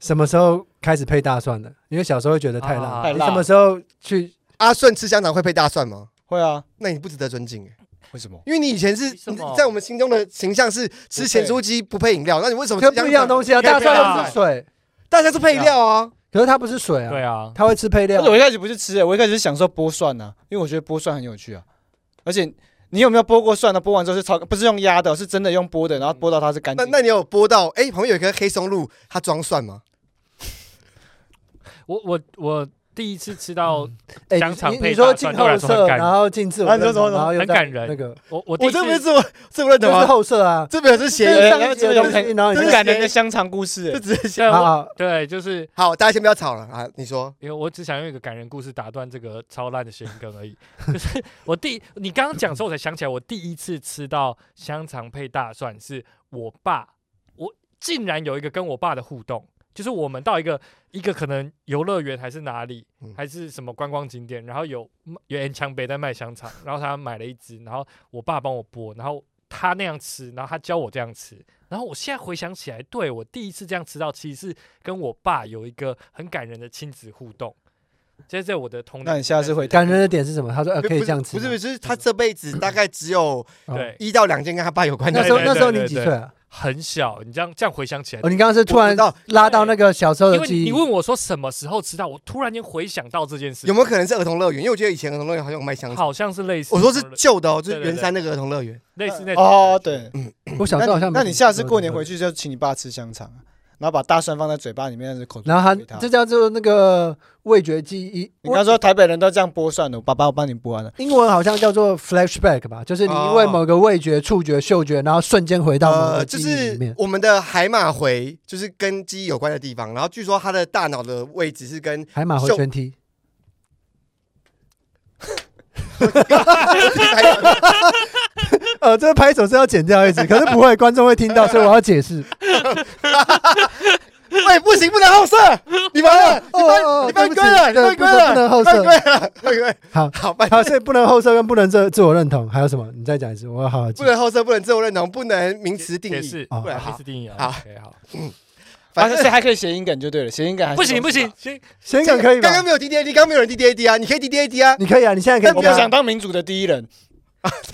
[SPEAKER 1] 什么时候开始配大蒜的？因为小时候会觉得太
[SPEAKER 4] 啊
[SPEAKER 1] 辣，
[SPEAKER 2] 太
[SPEAKER 1] 你
[SPEAKER 2] 辣
[SPEAKER 1] 什么时候去？
[SPEAKER 3] 阿顺吃香肠会配大蒜吗？
[SPEAKER 2] 会啊，
[SPEAKER 3] 那你不值得尊敬哎，
[SPEAKER 2] 为什么？
[SPEAKER 3] 因为你以前是
[SPEAKER 4] 为什么
[SPEAKER 3] 你在我们心中的形象是吃咸猪鸡不配饮料，那你为什么
[SPEAKER 1] 这
[SPEAKER 3] 吃
[SPEAKER 1] 不一样
[SPEAKER 3] 香肠
[SPEAKER 1] 东西啊，
[SPEAKER 3] 可以
[SPEAKER 1] 大
[SPEAKER 3] 配大
[SPEAKER 1] 蒜又不是
[SPEAKER 3] 蒜
[SPEAKER 1] 水，
[SPEAKER 3] 大家是配料啊，
[SPEAKER 1] 可是它不是水啊，
[SPEAKER 4] 对啊，
[SPEAKER 1] 它会吃配料
[SPEAKER 2] 但是。我一开始不是吃、欸，我一开始是想说剥蒜呐、因为我觉得剥蒜很有趣啊。而且你有没有剥过蒜呢？剥完之后是超，不是用压的，是真的用剥的，然后剥到它是干
[SPEAKER 3] 那
[SPEAKER 2] 净。
[SPEAKER 3] 那你有播到哎，旁边有一颗黑松露，它装蒜吗？
[SPEAKER 4] 我我我第一次吃到，
[SPEAKER 3] 嗯
[SPEAKER 1] 哎，
[SPEAKER 4] 香肠
[SPEAKER 1] 你
[SPEAKER 4] 配
[SPEAKER 1] 你说
[SPEAKER 4] 大
[SPEAKER 1] 进
[SPEAKER 4] 蒜
[SPEAKER 1] 后
[SPEAKER 4] 对我
[SPEAKER 1] 色，
[SPEAKER 4] 来说很感人
[SPEAKER 1] 然后进自
[SPEAKER 2] 啊
[SPEAKER 1] 我
[SPEAKER 2] 你说
[SPEAKER 1] 认同，
[SPEAKER 2] 什么
[SPEAKER 1] 然后又
[SPEAKER 4] 很
[SPEAKER 1] 在
[SPEAKER 4] 感人
[SPEAKER 1] 那个
[SPEAKER 4] 我我第
[SPEAKER 3] 我
[SPEAKER 4] 一
[SPEAKER 3] 这不是
[SPEAKER 4] 次
[SPEAKER 3] 自我自我认同
[SPEAKER 1] 就是
[SPEAKER 3] 啊，
[SPEAKER 1] 后色啊，
[SPEAKER 3] 这没有是
[SPEAKER 1] 这
[SPEAKER 3] 谐
[SPEAKER 1] 是
[SPEAKER 3] 音，
[SPEAKER 1] 上一集的东西，然后你
[SPEAKER 2] 很
[SPEAKER 1] 就
[SPEAKER 2] 感人的香肠故事、
[SPEAKER 3] 这
[SPEAKER 2] 欸。
[SPEAKER 3] 只是啊谐
[SPEAKER 4] 对
[SPEAKER 3] 音。
[SPEAKER 1] 好
[SPEAKER 4] 我
[SPEAKER 1] 好，
[SPEAKER 4] 对，就是
[SPEAKER 3] 好，大家先不要吵了啊！你说
[SPEAKER 4] 因为我只想用一个感人故事打断这个超烂的谐音梗而已。就是我第你刚刚讲的时候，我才想起来，我第一次吃到香肠配大蒜是我爸，我竟然有一个跟我爸的互动，就是我们到一个一个可能游乐园还是哪里
[SPEAKER 3] 嗯，
[SPEAKER 4] 还是什么观光景点，然后有有人墙北在卖香肠，然后他买了一只，然后我爸帮我剥，然后他那样吃，然后他教我这样吃。然后我现在回想起来，对我第一次这样吃到，其实是跟我爸有一个很感人的亲子互动。这是在我的童年，
[SPEAKER 2] 那你下次会
[SPEAKER 1] 感人的点是什么？他说呃可以这样吃
[SPEAKER 3] 不
[SPEAKER 1] 吗，
[SPEAKER 3] 是不是，就是他这辈子大概只有
[SPEAKER 1] 哦
[SPEAKER 4] 对
[SPEAKER 3] 一到两件跟他爸有
[SPEAKER 1] [laughs]
[SPEAKER 3] 关的
[SPEAKER 1] 那
[SPEAKER 3] 事
[SPEAKER 1] 时候
[SPEAKER 4] 对对
[SPEAKER 1] 那时候
[SPEAKER 4] 对
[SPEAKER 1] 你
[SPEAKER 4] 对
[SPEAKER 1] 几
[SPEAKER 4] 对
[SPEAKER 1] 岁啊？
[SPEAKER 4] 很小，你这样这样回想起来，
[SPEAKER 1] 哦，你刚刚是突
[SPEAKER 3] 我
[SPEAKER 1] 然
[SPEAKER 3] 知道
[SPEAKER 1] 拉到那个小时候
[SPEAKER 4] 因
[SPEAKER 1] 的
[SPEAKER 4] 为
[SPEAKER 1] 记
[SPEAKER 4] 你你
[SPEAKER 1] 忆，
[SPEAKER 4] 问我说什么时候吃到，我突然间回想到这件事，
[SPEAKER 3] 有没有可能是儿童乐园？因为我觉得以前儿童乐园好像有卖香肠。
[SPEAKER 4] 好像是类
[SPEAKER 3] [laughs]
[SPEAKER 4] 似，
[SPEAKER 3] 我说是旧的哦，就
[SPEAKER 4] 对
[SPEAKER 3] 是
[SPEAKER 4] 对对
[SPEAKER 3] 圆山那个儿童乐园。
[SPEAKER 4] 类似那种
[SPEAKER 2] 哦，对，
[SPEAKER 1] 我小
[SPEAKER 2] 那
[SPEAKER 1] 时候好
[SPEAKER 2] 你
[SPEAKER 1] 像
[SPEAKER 2] 那你下次过年回
[SPEAKER 1] 去，
[SPEAKER 2] 去就请你爸吃香肠啊，然后把大蒜放在嘴巴里面，让口。
[SPEAKER 1] 然后
[SPEAKER 2] 给
[SPEAKER 1] 他这叫做那个味觉记忆，
[SPEAKER 2] 你刚说台北人都这样剥蒜的，我爸爸我帮你剥完了。
[SPEAKER 1] 英文好像叫做 flashback 吧，就是你因为某个味觉、触觉、嗅觉，然后瞬间回到某
[SPEAKER 3] 呃，
[SPEAKER 1] 个
[SPEAKER 3] 就
[SPEAKER 1] 记忆里
[SPEAKER 3] 是
[SPEAKER 1] 面。
[SPEAKER 3] 我们的海马回，就是跟鸡有关的地方。然后据说他的大脑的位置是跟 [laughs]
[SPEAKER 1] 海马回
[SPEAKER 3] 嗅
[SPEAKER 1] 旋踢，
[SPEAKER 3] 哎
[SPEAKER 1] 呃，这个拍手是要剪掉一直，可是不会，观众会听到，所以我要解释。
[SPEAKER 3] 哎，不行，不能后射，你们了，你
[SPEAKER 1] 哦
[SPEAKER 3] 们
[SPEAKER 1] 哦
[SPEAKER 3] 你们归了，你
[SPEAKER 1] 对
[SPEAKER 3] 们
[SPEAKER 1] 不起
[SPEAKER 3] 归了，
[SPEAKER 1] 对不能后
[SPEAKER 3] 你们
[SPEAKER 1] 射
[SPEAKER 3] 归了，你们归了
[SPEAKER 1] 好
[SPEAKER 3] 好，拜
[SPEAKER 1] 好，所以不能后射跟不能自自我认同，还有什么？你再讲一次，我要好好记
[SPEAKER 3] 不。能后射，不能自我认同，不能名词定
[SPEAKER 4] 解
[SPEAKER 3] 义
[SPEAKER 4] 释，，
[SPEAKER 1] 哦
[SPEAKER 3] 不然
[SPEAKER 4] 类
[SPEAKER 3] 好
[SPEAKER 4] 似，定义啊，
[SPEAKER 3] 好
[SPEAKER 4] OK，好，
[SPEAKER 3] 反
[SPEAKER 2] 反啊正所以
[SPEAKER 3] 正。
[SPEAKER 2] 还可以谐音梗就对了，谐音梗还是
[SPEAKER 4] 不行
[SPEAKER 2] 有
[SPEAKER 4] 不
[SPEAKER 2] 是吧
[SPEAKER 4] 行，，先
[SPEAKER 1] 先讲可以吧
[SPEAKER 3] 刚？刚没有 D D A D，刚刚没有人 D D A D 啊，你可以 D D A D 啊。
[SPEAKER 1] 你可以啊，你现在可以
[SPEAKER 2] 我
[SPEAKER 1] 讲。
[SPEAKER 2] 不想当民主的第一人。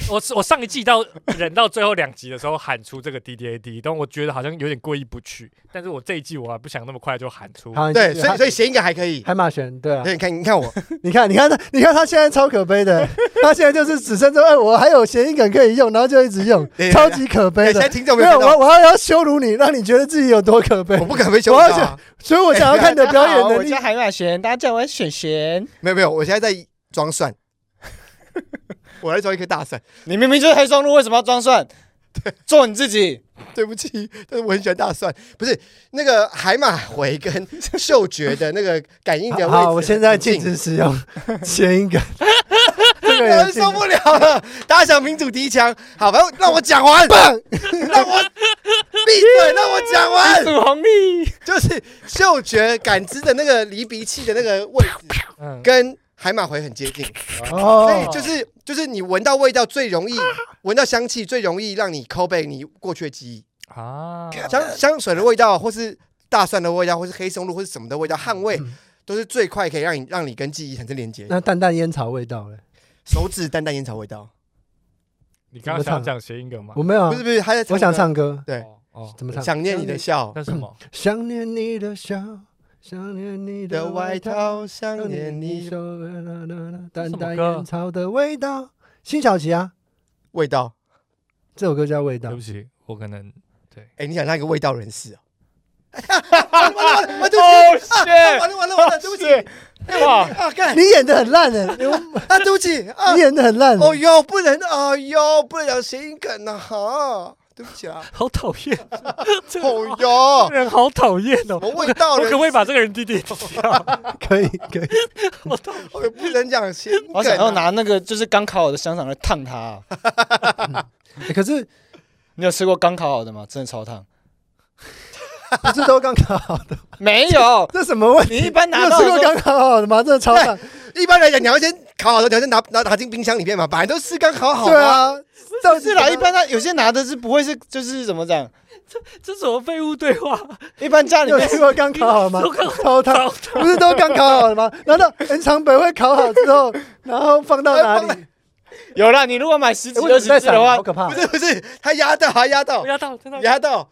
[SPEAKER 4] 我我上一季到忍到最后两集的时候喊出这个 D D A D，但我觉得好像有点过意不去，但是我这一季我还不想那么快就喊出，
[SPEAKER 1] 好，你
[SPEAKER 3] 对，
[SPEAKER 1] 继续
[SPEAKER 3] 所以
[SPEAKER 1] 海
[SPEAKER 3] 所以谐音梗还可以。
[SPEAKER 1] 海马旋，对啊，
[SPEAKER 3] 对，你看你看我，
[SPEAKER 1] 你看，你看他，你看他现在超可悲的，他现在就是只剩这，哎，我还有谐音梗可以用，然后就一直用
[SPEAKER 3] 对，对
[SPEAKER 1] 超级可
[SPEAKER 3] 哎
[SPEAKER 1] 悲
[SPEAKER 3] 现在
[SPEAKER 1] 的。
[SPEAKER 3] 听众
[SPEAKER 1] [laughs]
[SPEAKER 3] 没
[SPEAKER 1] 没
[SPEAKER 3] 有
[SPEAKER 1] 有，
[SPEAKER 3] 看到，
[SPEAKER 1] 我我要要羞辱你，让你觉得自己有多可悲
[SPEAKER 3] 我，不敢被羞辱
[SPEAKER 1] 我要
[SPEAKER 3] 到啊。
[SPEAKER 1] 所以我想要看你的表演
[SPEAKER 2] 大家好我
[SPEAKER 1] 能力
[SPEAKER 2] 叫。海马璇，大家叫我璇璇。
[SPEAKER 3] 没有没有，我现在在装蒜。 [laughs] 我来装一颗大蒜，
[SPEAKER 2] 你明明就是黑松露，为什么要装蒜？做你自己。
[SPEAKER 3] 对不起，但是我很喜欢大蒜。不是那个海马回
[SPEAKER 1] [laughs]
[SPEAKER 3] 跟嗅觉的那个感应的位置很近，
[SPEAKER 1] 好，我现在禁止使用谐音梗，这个
[SPEAKER 3] 有
[SPEAKER 1] 也
[SPEAKER 3] 人
[SPEAKER 1] 禁
[SPEAKER 3] 受不了了，打响民主第一枪。好，反正让我讲完， [laughs] 让我闭嘴，让我讲完。
[SPEAKER 2] 土红利，
[SPEAKER 3] 就是嗅觉感知的那个离鼻器的那个位置，
[SPEAKER 4] 嗯，
[SPEAKER 3] 跟海马回很接近，所以
[SPEAKER 1] 哦，
[SPEAKER 3] 就是就是你闻到味道最容易，闻到香气最容易让你抠背你过去的记忆。
[SPEAKER 4] 啊，
[SPEAKER 1] 嗯
[SPEAKER 3] 香香水的味道，或是大蒜的味道，或是黑松露，或是什么的味道，汗味
[SPEAKER 1] 嗯
[SPEAKER 3] 都是最快可以让你让你跟记忆产生连接。
[SPEAKER 1] 那淡淡烟草味道嘞，
[SPEAKER 3] 手指淡淡烟草味道，
[SPEAKER 4] 你刚刚想讲谐音梗吗？
[SPEAKER 1] 我没有啊
[SPEAKER 3] 不，是不是，他在
[SPEAKER 1] 我想唱歌，
[SPEAKER 3] 对
[SPEAKER 4] 哦哦，
[SPEAKER 1] 怎么唱？
[SPEAKER 3] 想念你的笑
[SPEAKER 4] 那是什么？
[SPEAKER 1] 想念你的笑，想念你
[SPEAKER 3] 的
[SPEAKER 1] 的
[SPEAKER 3] 外
[SPEAKER 1] 外套，
[SPEAKER 3] 套，想念你
[SPEAKER 1] 手啦啦啦淡淡
[SPEAKER 4] 这什么歌
[SPEAKER 1] 烟草的味道。辛晓琪啊，
[SPEAKER 3] 味道。
[SPEAKER 1] 这首歌叫《味道
[SPEAKER 4] 对不》。起，我可能
[SPEAKER 3] 哎、你想当一个味道人士哦？完了完了完了，对不起，
[SPEAKER 2] 哦
[SPEAKER 4] Oh,
[SPEAKER 2] 哎
[SPEAKER 3] 啊完了完了完了，对不起
[SPEAKER 4] [laughs] 哇，
[SPEAKER 3] 啊，干
[SPEAKER 1] 你演的很烂哎，
[SPEAKER 3] 啊，对不起啊
[SPEAKER 1] 你，演的很烂。
[SPEAKER 3] 哦哟，不能，哦哟，不能讲谐音梗呐，哈，对不起啊，
[SPEAKER 4] 好讨厌，这个
[SPEAKER 3] 哦哟，
[SPEAKER 4] 人好讨厌
[SPEAKER 3] 什。
[SPEAKER 4] 哦
[SPEAKER 3] 么味道
[SPEAKER 4] 我可
[SPEAKER 3] 人
[SPEAKER 4] 不可以把这个人弟弟掉？
[SPEAKER 1] 可以可以，
[SPEAKER 3] 士？哦不能讲谐音
[SPEAKER 2] 我想
[SPEAKER 3] 梗
[SPEAKER 2] 要
[SPEAKER 3] 啊，
[SPEAKER 2] 拿那个就是刚烤好的香肠来烫它
[SPEAKER 3] [laughs]
[SPEAKER 2] 啊、
[SPEAKER 1] 欸可是
[SPEAKER 2] 你有吃过刚烤好的吗？真的超烫。
[SPEAKER 1] 不是都刚刚好的？
[SPEAKER 2] 没有，
[SPEAKER 1] 这什么问
[SPEAKER 2] 你
[SPEAKER 1] 题？
[SPEAKER 2] 一般
[SPEAKER 1] 你
[SPEAKER 2] 拿
[SPEAKER 1] 有
[SPEAKER 2] 到
[SPEAKER 1] 吃
[SPEAKER 2] 的时
[SPEAKER 1] 过
[SPEAKER 2] 候
[SPEAKER 1] 刚刚好的吗？真的超烂。
[SPEAKER 3] 一般来讲，你要先烤好的，你要先拿拿拿进冰箱里面嘛，本来都是刚烤好
[SPEAKER 1] 对
[SPEAKER 3] 的啊，
[SPEAKER 1] 啊，到
[SPEAKER 2] 不是啦，一般他有些拿的是不会是就是怎么讲，
[SPEAKER 4] 这什么废物对话？
[SPEAKER 2] 一般家里
[SPEAKER 1] 有
[SPEAKER 2] 面
[SPEAKER 1] 吃过刚烤好吗
[SPEAKER 4] 都刚？
[SPEAKER 1] 超烫，不是都刚烤好的吗？难道延长北会烤好之后，然后放到哪里？
[SPEAKER 2] 有啦。你如果买十
[SPEAKER 3] 哎
[SPEAKER 2] 几啊
[SPEAKER 1] 欸为
[SPEAKER 2] 二
[SPEAKER 1] 什
[SPEAKER 2] 十
[SPEAKER 1] 么在
[SPEAKER 2] 只
[SPEAKER 1] 闪
[SPEAKER 2] 的话
[SPEAKER 1] 好，可怕
[SPEAKER 3] 不！是不是，他压到，他压到
[SPEAKER 4] 不，要到，真的。
[SPEAKER 3] 压到，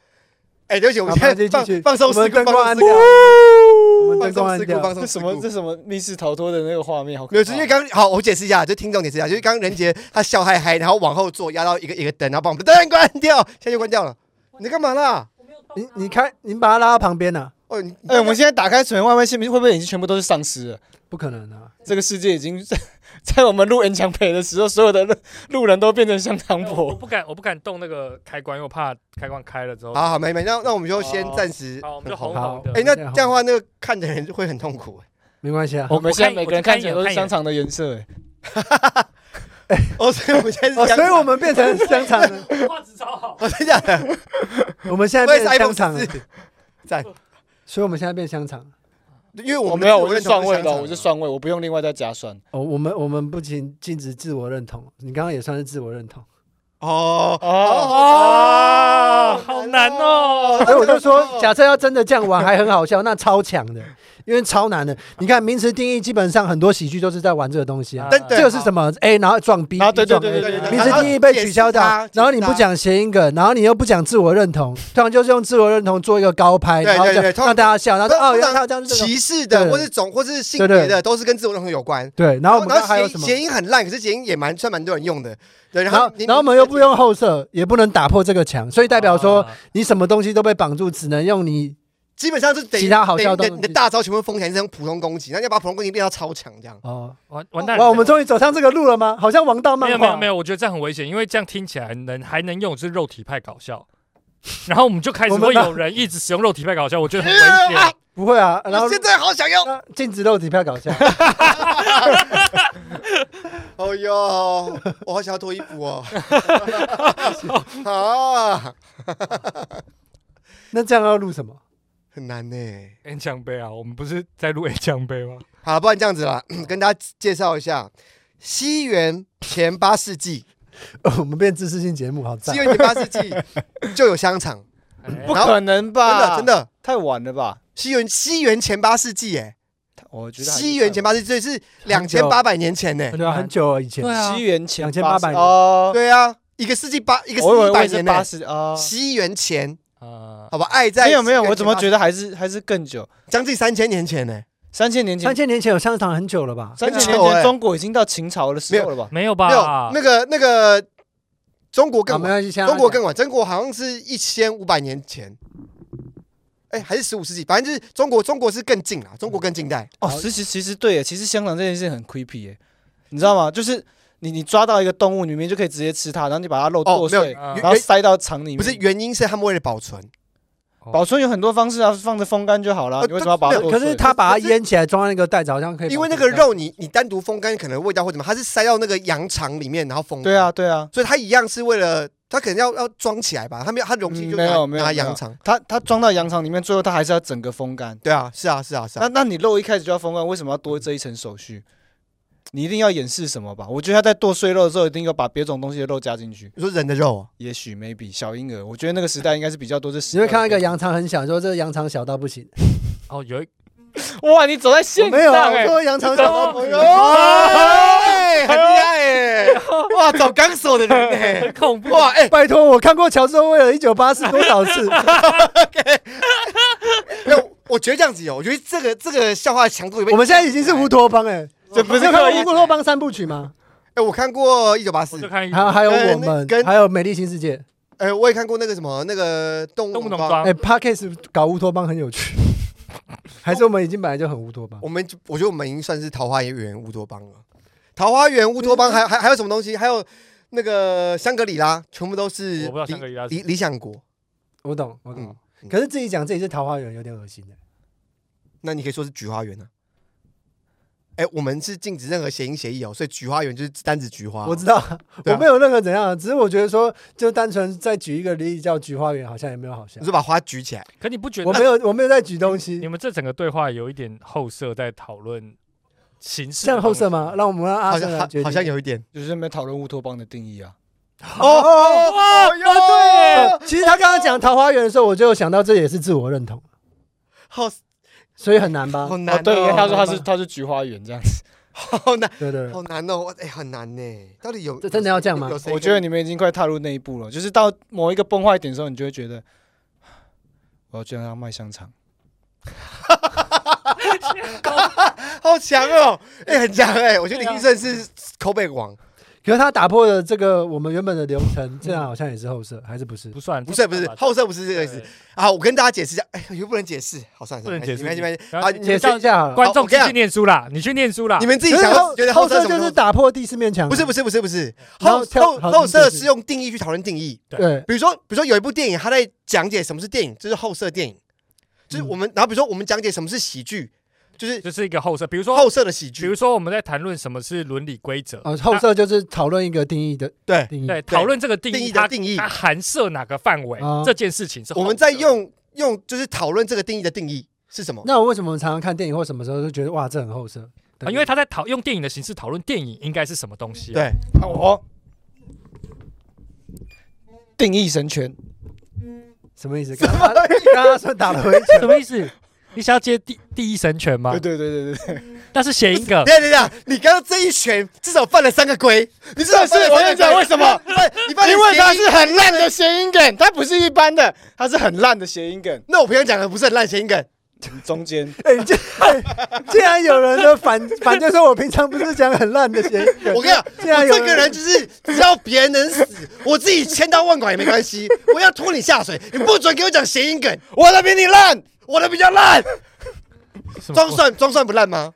[SPEAKER 3] 哎，对不起，我们
[SPEAKER 1] 好
[SPEAKER 3] 现
[SPEAKER 1] 反正
[SPEAKER 3] 在
[SPEAKER 1] 继续
[SPEAKER 3] 放放松
[SPEAKER 1] 我们
[SPEAKER 3] 事故，
[SPEAKER 1] 灯光
[SPEAKER 3] 放
[SPEAKER 1] 暗
[SPEAKER 3] 松事
[SPEAKER 1] 掉
[SPEAKER 3] 故，
[SPEAKER 1] 我们灯光
[SPEAKER 3] 放松
[SPEAKER 1] 暗
[SPEAKER 3] 事故，
[SPEAKER 1] 掉
[SPEAKER 3] 放。松
[SPEAKER 2] 这
[SPEAKER 3] 事
[SPEAKER 2] 什
[SPEAKER 3] 故
[SPEAKER 2] 么。这什么密室逃脱的那个画面，好可怕
[SPEAKER 3] 没有，是因为刚好我解释一下，就听众解释一下，就是刚刚任杰他笑嗨嗨，然后往后坐压到一个一个灯，然后把我们的灯关掉，现在就关掉了。你在干嘛啦？
[SPEAKER 1] 你你开，你把它拉到旁边啊？
[SPEAKER 3] 哦，你
[SPEAKER 2] 哎、我们现在打开水面外面，是不是会不会已经全部都是丧尸了？
[SPEAKER 1] 不可能啊！
[SPEAKER 2] 这个世界已经 [laughs] 在我们路人墙陪的时候，所有的路路人都变成香肠
[SPEAKER 4] 哎我
[SPEAKER 2] [laughs]
[SPEAKER 4] 我
[SPEAKER 2] 婆。
[SPEAKER 4] 不敢，我不敢动那个开关，因为我怕开关开了之后，
[SPEAKER 3] 好好没没，那那我们就先暂时
[SPEAKER 4] 好，我们就
[SPEAKER 3] 好
[SPEAKER 4] 红
[SPEAKER 1] 好
[SPEAKER 4] 红的。
[SPEAKER 3] 哎，那
[SPEAKER 1] 这样好
[SPEAKER 3] 这样的话，那个看的人会很痛苦。
[SPEAKER 1] 没关系啊。
[SPEAKER 2] 哎我们现在
[SPEAKER 4] 我看
[SPEAKER 2] 每个人
[SPEAKER 4] 我看
[SPEAKER 2] 看
[SPEAKER 4] 一
[SPEAKER 2] 起来
[SPEAKER 4] 眼
[SPEAKER 2] 都
[SPEAKER 4] 我看
[SPEAKER 2] 是
[SPEAKER 4] 一
[SPEAKER 2] 香
[SPEAKER 4] 眼
[SPEAKER 2] 肠的颜色，哎，
[SPEAKER 3] 哦，所以我们现在是
[SPEAKER 1] 哦，
[SPEAKER 3] 香
[SPEAKER 1] 所以
[SPEAKER 3] 肠
[SPEAKER 1] 我们变成香肠了。
[SPEAKER 4] 画质超好。
[SPEAKER 3] 哦，真的假的？
[SPEAKER 1] 我们现在
[SPEAKER 3] 我也
[SPEAKER 1] 变
[SPEAKER 3] 是
[SPEAKER 1] 成香
[SPEAKER 3] iPhone
[SPEAKER 1] 肠了
[SPEAKER 3] 十，四，赞，
[SPEAKER 1] 所以我们现在变香肠。
[SPEAKER 3] 因为
[SPEAKER 2] 我
[SPEAKER 3] 我
[SPEAKER 2] 没有，
[SPEAKER 3] 们
[SPEAKER 2] 我
[SPEAKER 3] 自
[SPEAKER 2] 是
[SPEAKER 3] 我
[SPEAKER 2] 蒜味
[SPEAKER 3] 认
[SPEAKER 2] 的，
[SPEAKER 3] 同
[SPEAKER 2] 我是
[SPEAKER 3] 香肠
[SPEAKER 2] 蒜味，我不用另外再加蒜。
[SPEAKER 1] 哦，我们我们不仅禁止自我认同，你刚刚也算是自我认同。
[SPEAKER 3] 哦
[SPEAKER 2] 哦，
[SPEAKER 4] 哦，好难哦。
[SPEAKER 1] 所以
[SPEAKER 3] 哎
[SPEAKER 1] 我就说， [laughs] 假设要真的这样玩还很好笑，那超强的，因为超难的。你看名词定义，基本上很多喜剧都是在玩这个东西啊。
[SPEAKER 3] 但对
[SPEAKER 1] 这个是什么？A，然后撞 B，
[SPEAKER 2] 啊对
[SPEAKER 1] 撞 A
[SPEAKER 2] 对对对对对
[SPEAKER 1] 名词定义被取消掉，然后你不，讲谐音梗，然后你又不讲自我认同，通常就是用自我认同做一个高拍，
[SPEAKER 3] 对
[SPEAKER 1] 然后
[SPEAKER 3] 对
[SPEAKER 1] 就
[SPEAKER 3] 对通
[SPEAKER 1] 让大家笑，然后说
[SPEAKER 3] 通
[SPEAKER 1] 哦，原来
[SPEAKER 3] 常
[SPEAKER 1] 他有这样
[SPEAKER 3] 然后
[SPEAKER 1] 是这种
[SPEAKER 3] 解释它解释它歧视
[SPEAKER 1] 对
[SPEAKER 3] 的或是种或是性
[SPEAKER 1] 对
[SPEAKER 3] 别
[SPEAKER 1] 对
[SPEAKER 3] 的，都是跟自我认同有关。
[SPEAKER 1] 对，然后啊我们
[SPEAKER 3] 然
[SPEAKER 1] 刚
[SPEAKER 3] 后
[SPEAKER 1] 刚还有
[SPEAKER 3] 谐
[SPEAKER 1] 什
[SPEAKER 3] 音
[SPEAKER 1] 么？
[SPEAKER 3] 谐音很烂，可是谐音也蛮算蛮多人用的。对，然
[SPEAKER 1] 然后
[SPEAKER 3] 后你，
[SPEAKER 1] 然后我们又不用后设，也不能打破这个墙，所以代表说
[SPEAKER 4] 啊
[SPEAKER 1] 你什么东西都被绑住，只能用你
[SPEAKER 3] 基本上是等于
[SPEAKER 1] 其他好笑的
[SPEAKER 3] 等
[SPEAKER 1] 东
[SPEAKER 3] 于你
[SPEAKER 1] 西
[SPEAKER 3] 的你的大招全部封起来，是用普通攻击，那你要把普通攻击变到超强这样。
[SPEAKER 1] 哦。
[SPEAKER 4] 完完蛋了。
[SPEAKER 1] 哇，我们终于走上这个路了吗？好像王道
[SPEAKER 4] 没有
[SPEAKER 1] 漫
[SPEAKER 4] 没有没
[SPEAKER 1] 画。
[SPEAKER 4] 有，我觉得这样很危险，因为这样听起来能还能用是肉体派搞笑，然后我们就开始
[SPEAKER 1] 我们
[SPEAKER 4] 会
[SPEAKER 1] 哪
[SPEAKER 4] 有人一直使用肉体派搞笑，我觉得很危险。
[SPEAKER 1] 不会啊，然后
[SPEAKER 3] 我现在好
[SPEAKER 1] [laughs]
[SPEAKER 3] 想要，
[SPEAKER 1] 那禁止肉体票搞笑。
[SPEAKER 3] 哦哟，我好想要脱衣
[SPEAKER 1] [laughs]
[SPEAKER 3] 服哦。啊，
[SPEAKER 1] 那这样要录什么？
[SPEAKER 3] 很难呢。
[SPEAKER 4] N 强杯啊，我们不是在录 N 强杯吗？
[SPEAKER 3] 好，不然这样子啦， [clears throat] 跟大家介绍一下，西元前八世纪，
[SPEAKER 1] 哦我们变知识性节目，好 [laughs] 赞
[SPEAKER 3] 西！元前八世
[SPEAKER 1] [laughs]
[SPEAKER 3] 纪就有香肠，
[SPEAKER 2] 不
[SPEAKER 4] 哎
[SPEAKER 3] 然后
[SPEAKER 2] 可能
[SPEAKER 1] 啊
[SPEAKER 3] 真
[SPEAKER 2] 吧？
[SPEAKER 3] 的真，的，
[SPEAKER 2] 太晚了吧？
[SPEAKER 3] 西元西元前八世纪哎。
[SPEAKER 2] 我觉得还是
[SPEAKER 3] 西元前
[SPEAKER 2] 太晚
[SPEAKER 3] 八世纪是两千八百年前呢、
[SPEAKER 1] 对啊，很久了以前。
[SPEAKER 4] 对啊
[SPEAKER 2] 西，元前
[SPEAKER 1] 2800
[SPEAKER 2] 八十哦，
[SPEAKER 3] 对啊，一个世纪八，一个世
[SPEAKER 2] 我以为
[SPEAKER 3] 纪
[SPEAKER 2] 我
[SPEAKER 3] 百
[SPEAKER 2] 以为是
[SPEAKER 3] 年
[SPEAKER 2] 八
[SPEAKER 3] 呢、
[SPEAKER 2] 十啊。
[SPEAKER 3] 西元前，
[SPEAKER 2] 呃
[SPEAKER 4] 啊，
[SPEAKER 3] 好吧，爱在
[SPEAKER 2] 没有没有，我怎么
[SPEAKER 3] 得
[SPEAKER 2] 觉得还是还是更久？
[SPEAKER 3] 将近三千年前呢、
[SPEAKER 2] 三千年前
[SPEAKER 1] 三，千年前有香肠很久了吧？
[SPEAKER 2] 三千
[SPEAKER 3] 很
[SPEAKER 2] 年
[SPEAKER 3] 久
[SPEAKER 2] 前
[SPEAKER 3] 欸
[SPEAKER 2] 中国已经到秦朝的时候了吧？
[SPEAKER 4] 没有
[SPEAKER 3] 没有
[SPEAKER 4] 吧？
[SPEAKER 3] 那个那个中国
[SPEAKER 1] 啊，
[SPEAKER 3] 更
[SPEAKER 1] 没
[SPEAKER 3] 晚，
[SPEAKER 1] 关系，现在
[SPEAKER 3] 中国更晚，中国好像是一千五百年前，哎、还是十五世纪，反正就是中国中国是更近
[SPEAKER 2] 嗯
[SPEAKER 3] 啦，中国更近代。
[SPEAKER 2] 哦，其实其实对耶，其实香肠这件事很 creepy 耶，你知道吗？就是你你抓到一个动物，你明明就可以直接吃它，然后你把它肉剁
[SPEAKER 3] 哦，没有，
[SPEAKER 2] 碎，
[SPEAKER 4] 嗯
[SPEAKER 1] 啊
[SPEAKER 3] 原
[SPEAKER 2] 然后
[SPEAKER 3] 原
[SPEAKER 2] 塞到肠里面。
[SPEAKER 3] 不是原因是他们为了保存，
[SPEAKER 2] 保存有很多方式啊，放着风干就好了。
[SPEAKER 3] 呃
[SPEAKER 2] 你为什么要把它
[SPEAKER 3] 对
[SPEAKER 2] 剁
[SPEAKER 1] 可
[SPEAKER 2] 碎？
[SPEAKER 1] 是他把它腌起来，装在那个袋子，好像可以。
[SPEAKER 3] 因为那个，肉你你单独风干可能味道会怎么样，它是塞到那个羊肠里面然后风
[SPEAKER 1] 嗯
[SPEAKER 3] 干
[SPEAKER 2] 对啊，，对啊，
[SPEAKER 3] 所以它一样是为了它可能要要装起来吧，它没有它容器
[SPEAKER 2] 嗯
[SPEAKER 3] 就
[SPEAKER 2] 没有
[SPEAKER 3] 拿
[SPEAKER 2] 没有
[SPEAKER 3] 拿
[SPEAKER 2] 没有
[SPEAKER 3] 羊肠，
[SPEAKER 2] 它它装到羊肠里面，最后它还是要整个风干。
[SPEAKER 3] 对啊，是啊是啊是
[SPEAKER 2] 那
[SPEAKER 3] 啊，
[SPEAKER 2] 那你肉一开始就要风干，为什么要多这一层手续？你一定要掩饰什么吧？我觉得他在剁碎肉的时候，一定有把别种东西的肉加进去。
[SPEAKER 3] 你说人的肉啊，
[SPEAKER 2] 也许 maybe 小婴儿，我觉得那个时代应该是比较多这十。
[SPEAKER 1] 你会看到一个，羊肠很小，说这个羊肠小到不行。
[SPEAKER 4] 哦，有一
[SPEAKER 2] 哇，你走在现
[SPEAKER 1] 没有啊，
[SPEAKER 2] 场
[SPEAKER 1] 我
[SPEAKER 2] 哎、
[SPEAKER 1] 说羊肠小到不行
[SPEAKER 3] 哎呦，。哎很厉害哎，哇，找纲手的人哎，
[SPEAKER 1] [laughs]
[SPEAKER 4] 恐怖，
[SPEAKER 3] 哇哎，
[SPEAKER 1] 拜托，我看过乔治欧威尔《一九八四》多少次？
[SPEAKER 3] 没有，哎我觉得这样子有，我觉得这个这个笑话强度有没有
[SPEAKER 1] 我们现在已经是乌托邦哎，
[SPEAKER 2] 这不
[SPEAKER 1] 你
[SPEAKER 2] 是
[SPEAKER 1] 有看
[SPEAKER 2] 刻
[SPEAKER 1] 过
[SPEAKER 2] 意
[SPEAKER 1] 乌托邦三部曲吗？
[SPEAKER 3] 哎，我看过一九八四
[SPEAKER 4] 我就，看一
[SPEAKER 1] 还有还有我们
[SPEAKER 3] 跟跟，
[SPEAKER 1] 还有《美丽新世界》。
[SPEAKER 3] 哎，我也看过那个什么那个动
[SPEAKER 4] 动
[SPEAKER 3] 物
[SPEAKER 4] 不
[SPEAKER 3] 农
[SPEAKER 4] 动
[SPEAKER 3] 庄，
[SPEAKER 4] 装
[SPEAKER 1] 哎，，Parkes 搞乌托邦很有
[SPEAKER 3] [laughs]
[SPEAKER 1] 趣，还是我们已经本来就很乌托邦？
[SPEAKER 3] 我们就我觉得我们已经算是桃花源乌托邦了，桃花源乌托邦还还还有什么东西？还有那个香格里拉，全部都是
[SPEAKER 4] 我不知道香格
[SPEAKER 3] 理
[SPEAKER 4] 里拉是
[SPEAKER 3] 理理想国。
[SPEAKER 1] 我懂，我懂。
[SPEAKER 3] 嗯
[SPEAKER 1] 可是自己讲自己是桃花源，有点恶心的。
[SPEAKER 3] 那你可以说是菊花园啊。哎，我们是禁止任何谐音谐义哦，所以菊花园就是单指菊花。
[SPEAKER 1] 我知道，
[SPEAKER 3] [laughs] 对啊
[SPEAKER 1] 我没有任何怎样，只是我觉得说，就单纯再举一个例子叫菊花园，好像也没有好笑
[SPEAKER 3] 你。说把花举起来，
[SPEAKER 4] 可你不觉
[SPEAKER 1] 我
[SPEAKER 4] 得
[SPEAKER 1] 没有，我没有在举东
[SPEAKER 4] 你
[SPEAKER 1] 西，
[SPEAKER 4] 们这整个对话有一点后设在讨论形式
[SPEAKER 1] 这
[SPEAKER 4] 的
[SPEAKER 1] 样后设
[SPEAKER 4] 东西
[SPEAKER 1] 吗？？让我们让阿
[SPEAKER 3] 好
[SPEAKER 1] 胜
[SPEAKER 3] 像
[SPEAKER 1] 啊来
[SPEAKER 3] 好
[SPEAKER 1] 决定。
[SPEAKER 3] 好像有
[SPEAKER 1] [laughs]
[SPEAKER 3] 一点。
[SPEAKER 2] 就是在那边讨论乌托邦的定义啊。
[SPEAKER 1] 哦哦哦
[SPEAKER 3] 哦哟，
[SPEAKER 1] 哦，对。其实他刚刚讲桃花源的时候，我就有想到这也是自我认同，
[SPEAKER 3] 好
[SPEAKER 1] 所以很难吧
[SPEAKER 3] 好？难
[SPEAKER 2] 哦，
[SPEAKER 3] 哦。
[SPEAKER 2] 对，他说他是他是菊花园这样子。
[SPEAKER 3] 好难，
[SPEAKER 1] 对对，对
[SPEAKER 3] 好难哦，哇哎，很难呢。到底有
[SPEAKER 1] 这真的要这样吗
[SPEAKER 3] 有谁
[SPEAKER 2] 我觉得你们已经快踏入那一步了，就是到某一个崩坏点的时候，你就会觉得，啊我要去让他卖香肠。
[SPEAKER 3] 好强哦，哎，很强哎，我觉得
[SPEAKER 1] 啊
[SPEAKER 3] 林俊胜是口北王。
[SPEAKER 1] 可是他打破了这个我们原本的流程，这样好像也是后设，还是不是？
[SPEAKER 4] 不算，
[SPEAKER 3] 不是不是，后设不是这个意思
[SPEAKER 4] 对
[SPEAKER 3] 啊！我跟大家解释一下，哎，又不能解释，好算了，
[SPEAKER 4] 不能解释
[SPEAKER 3] 没关系没关系。
[SPEAKER 4] 然
[SPEAKER 3] 啊，
[SPEAKER 4] 后
[SPEAKER 3] 你
[SPEAKER 1] 解
[SPEAKER 3] 们
[SPEAKER 1] 释一
[SPEAKER 3] 自
[SPEAKER 1] 下好了。
[SPEAKER 4] 观
[SPEAKER 3] 好
[SPEAKER 4] 众
[SPEAKER 3] 我跟
[SPEAKER 4] 自
[SPEAKER 3] 你
[SPEAKER 4] 己念书啦，你去念书啦
[SPEAKER 3] 你。们自己
[SPEAKER 1] 可
[SPEAKER 3] 想
[SPEAKER 1] 是
[SPEAKER 3] 要觉得
[SPEAKER 1] 后设
[SPEAKER 3] 设什么
[SPEAKER 1] 就
[SPEAKER 3] 东西？
[SPEAKER 1] 是打破第四面墙，
[SPEAKER 3] 不是不是不是不是，
[SPEAKER 1] 然
[SPEAKER 3] 后
[SPEAKER 1] 后跳
[SPEAKER 3] 后
[SPEAKER 1] 好
[SPEAKER 3] 后设
[SPEAKER 1] 你继续
[SPEAKER 3] 是用定义去讨论定义。
[SPEAKER 1] 对，
[SPEAKER 3] 比如说，比如说有一部电影，他在讲解什么是电影，这是后设电影。就是我们，然后比如说我们讲解什么是喜剧，就是
[SPEAKER 4] 这是一个后设，比如说
[SPEAKER 3] 后设的喜
[SPEAKER 4] 比
[SPEAKER 3] 剧。
[SPEAKER 4] 如说我们在谈论什么是伦理规则，
[SPEAKER 1] 呃，后设就是讨论一个定义的
[SPEAKER 3] 对，
[SPEAKER 1] 定义
[SPEAKER 4] 那，对讨论这个定
[SPEAKER 3] 定义
[SPEAKER 4] 义，
[SPEAKER 3] 的
[SPEAKER 4] 它
[SPEAKER 3] 定义
[SPEAKER 4] 它，含涉哪个范围
[SPEAKER 1] 啊
[SPEAKER 4] 这件事情是后设
[SPEAKER 3] 我们在用用就是讨论这个定义的定义
[SPEAKER 1] [laughs]
[SPEAKER 3] 是什么？
[SPEAKER 1] 那我为什么常常看电影或什么时候就觉得哇，这很后
[SPEAKER 3] 哦
[SPEAKER 1] 设？
[SPEAKER 4] 啊，因为他在讨用电影的形式讨论电影应该是什么东西啊。
[SPEAKER 3] 对，
[SPEAKER 2] 看我，哦定义神拳。
[SPEAKER 1] 什么意思？刚刚刚刚说打了回拳，
[SPEAKER 4] 什么意思？你想要接第第一神拳吗？
[SPEAKER 2] 对对对对对，
[SPEAKER 4] 但是谐音梗
[SPEAKER 3] 等一下等一下，啊你刚刚这一拳至少犯了三个规，你至少犯了
[SPEAKER 2] 是我跟
[SPEAKER 3] 三个规
[SPEAKER 2] 你讲为什么？
[SPEAKER 3] 不是你犯了
[SPEAKER 2] [laughs] 因为
[SPEAKER 3] 谐音
[SPEAKER 2] 它是很烂的谐音梗，它不是一般的，它是很烂的谐音梗。
[SPEAKER 3] 那我平常讲的不是很烂谐音梗，
[SPEAKER 2] 中间
[SPEAKER 3] [laughs]
[SPEAKER 1] 哎，竟竟然有人的反反就说我平常不是讲很烂的谐音梗，
[SPEAKER 3] [laughs] 我跟你讲，
[SPEAKER 1] 竟然
[SPEAKER 3] 我
[SPEAKER 1] 有
[SPEAKER 3] 这个人就是只要别人能死，我自己千刀万剐也没关系。我要拖你下水，你不准给我讲谐音梗，
[SPEAKER 2] 我的比你烂，
[SPEAKER 3] 我的比较烂。
[SPEAKER 1] [laughs]
[SPEAKER 4] 什么
[SPEAKER 3] 装蒜装蒜不烂吗？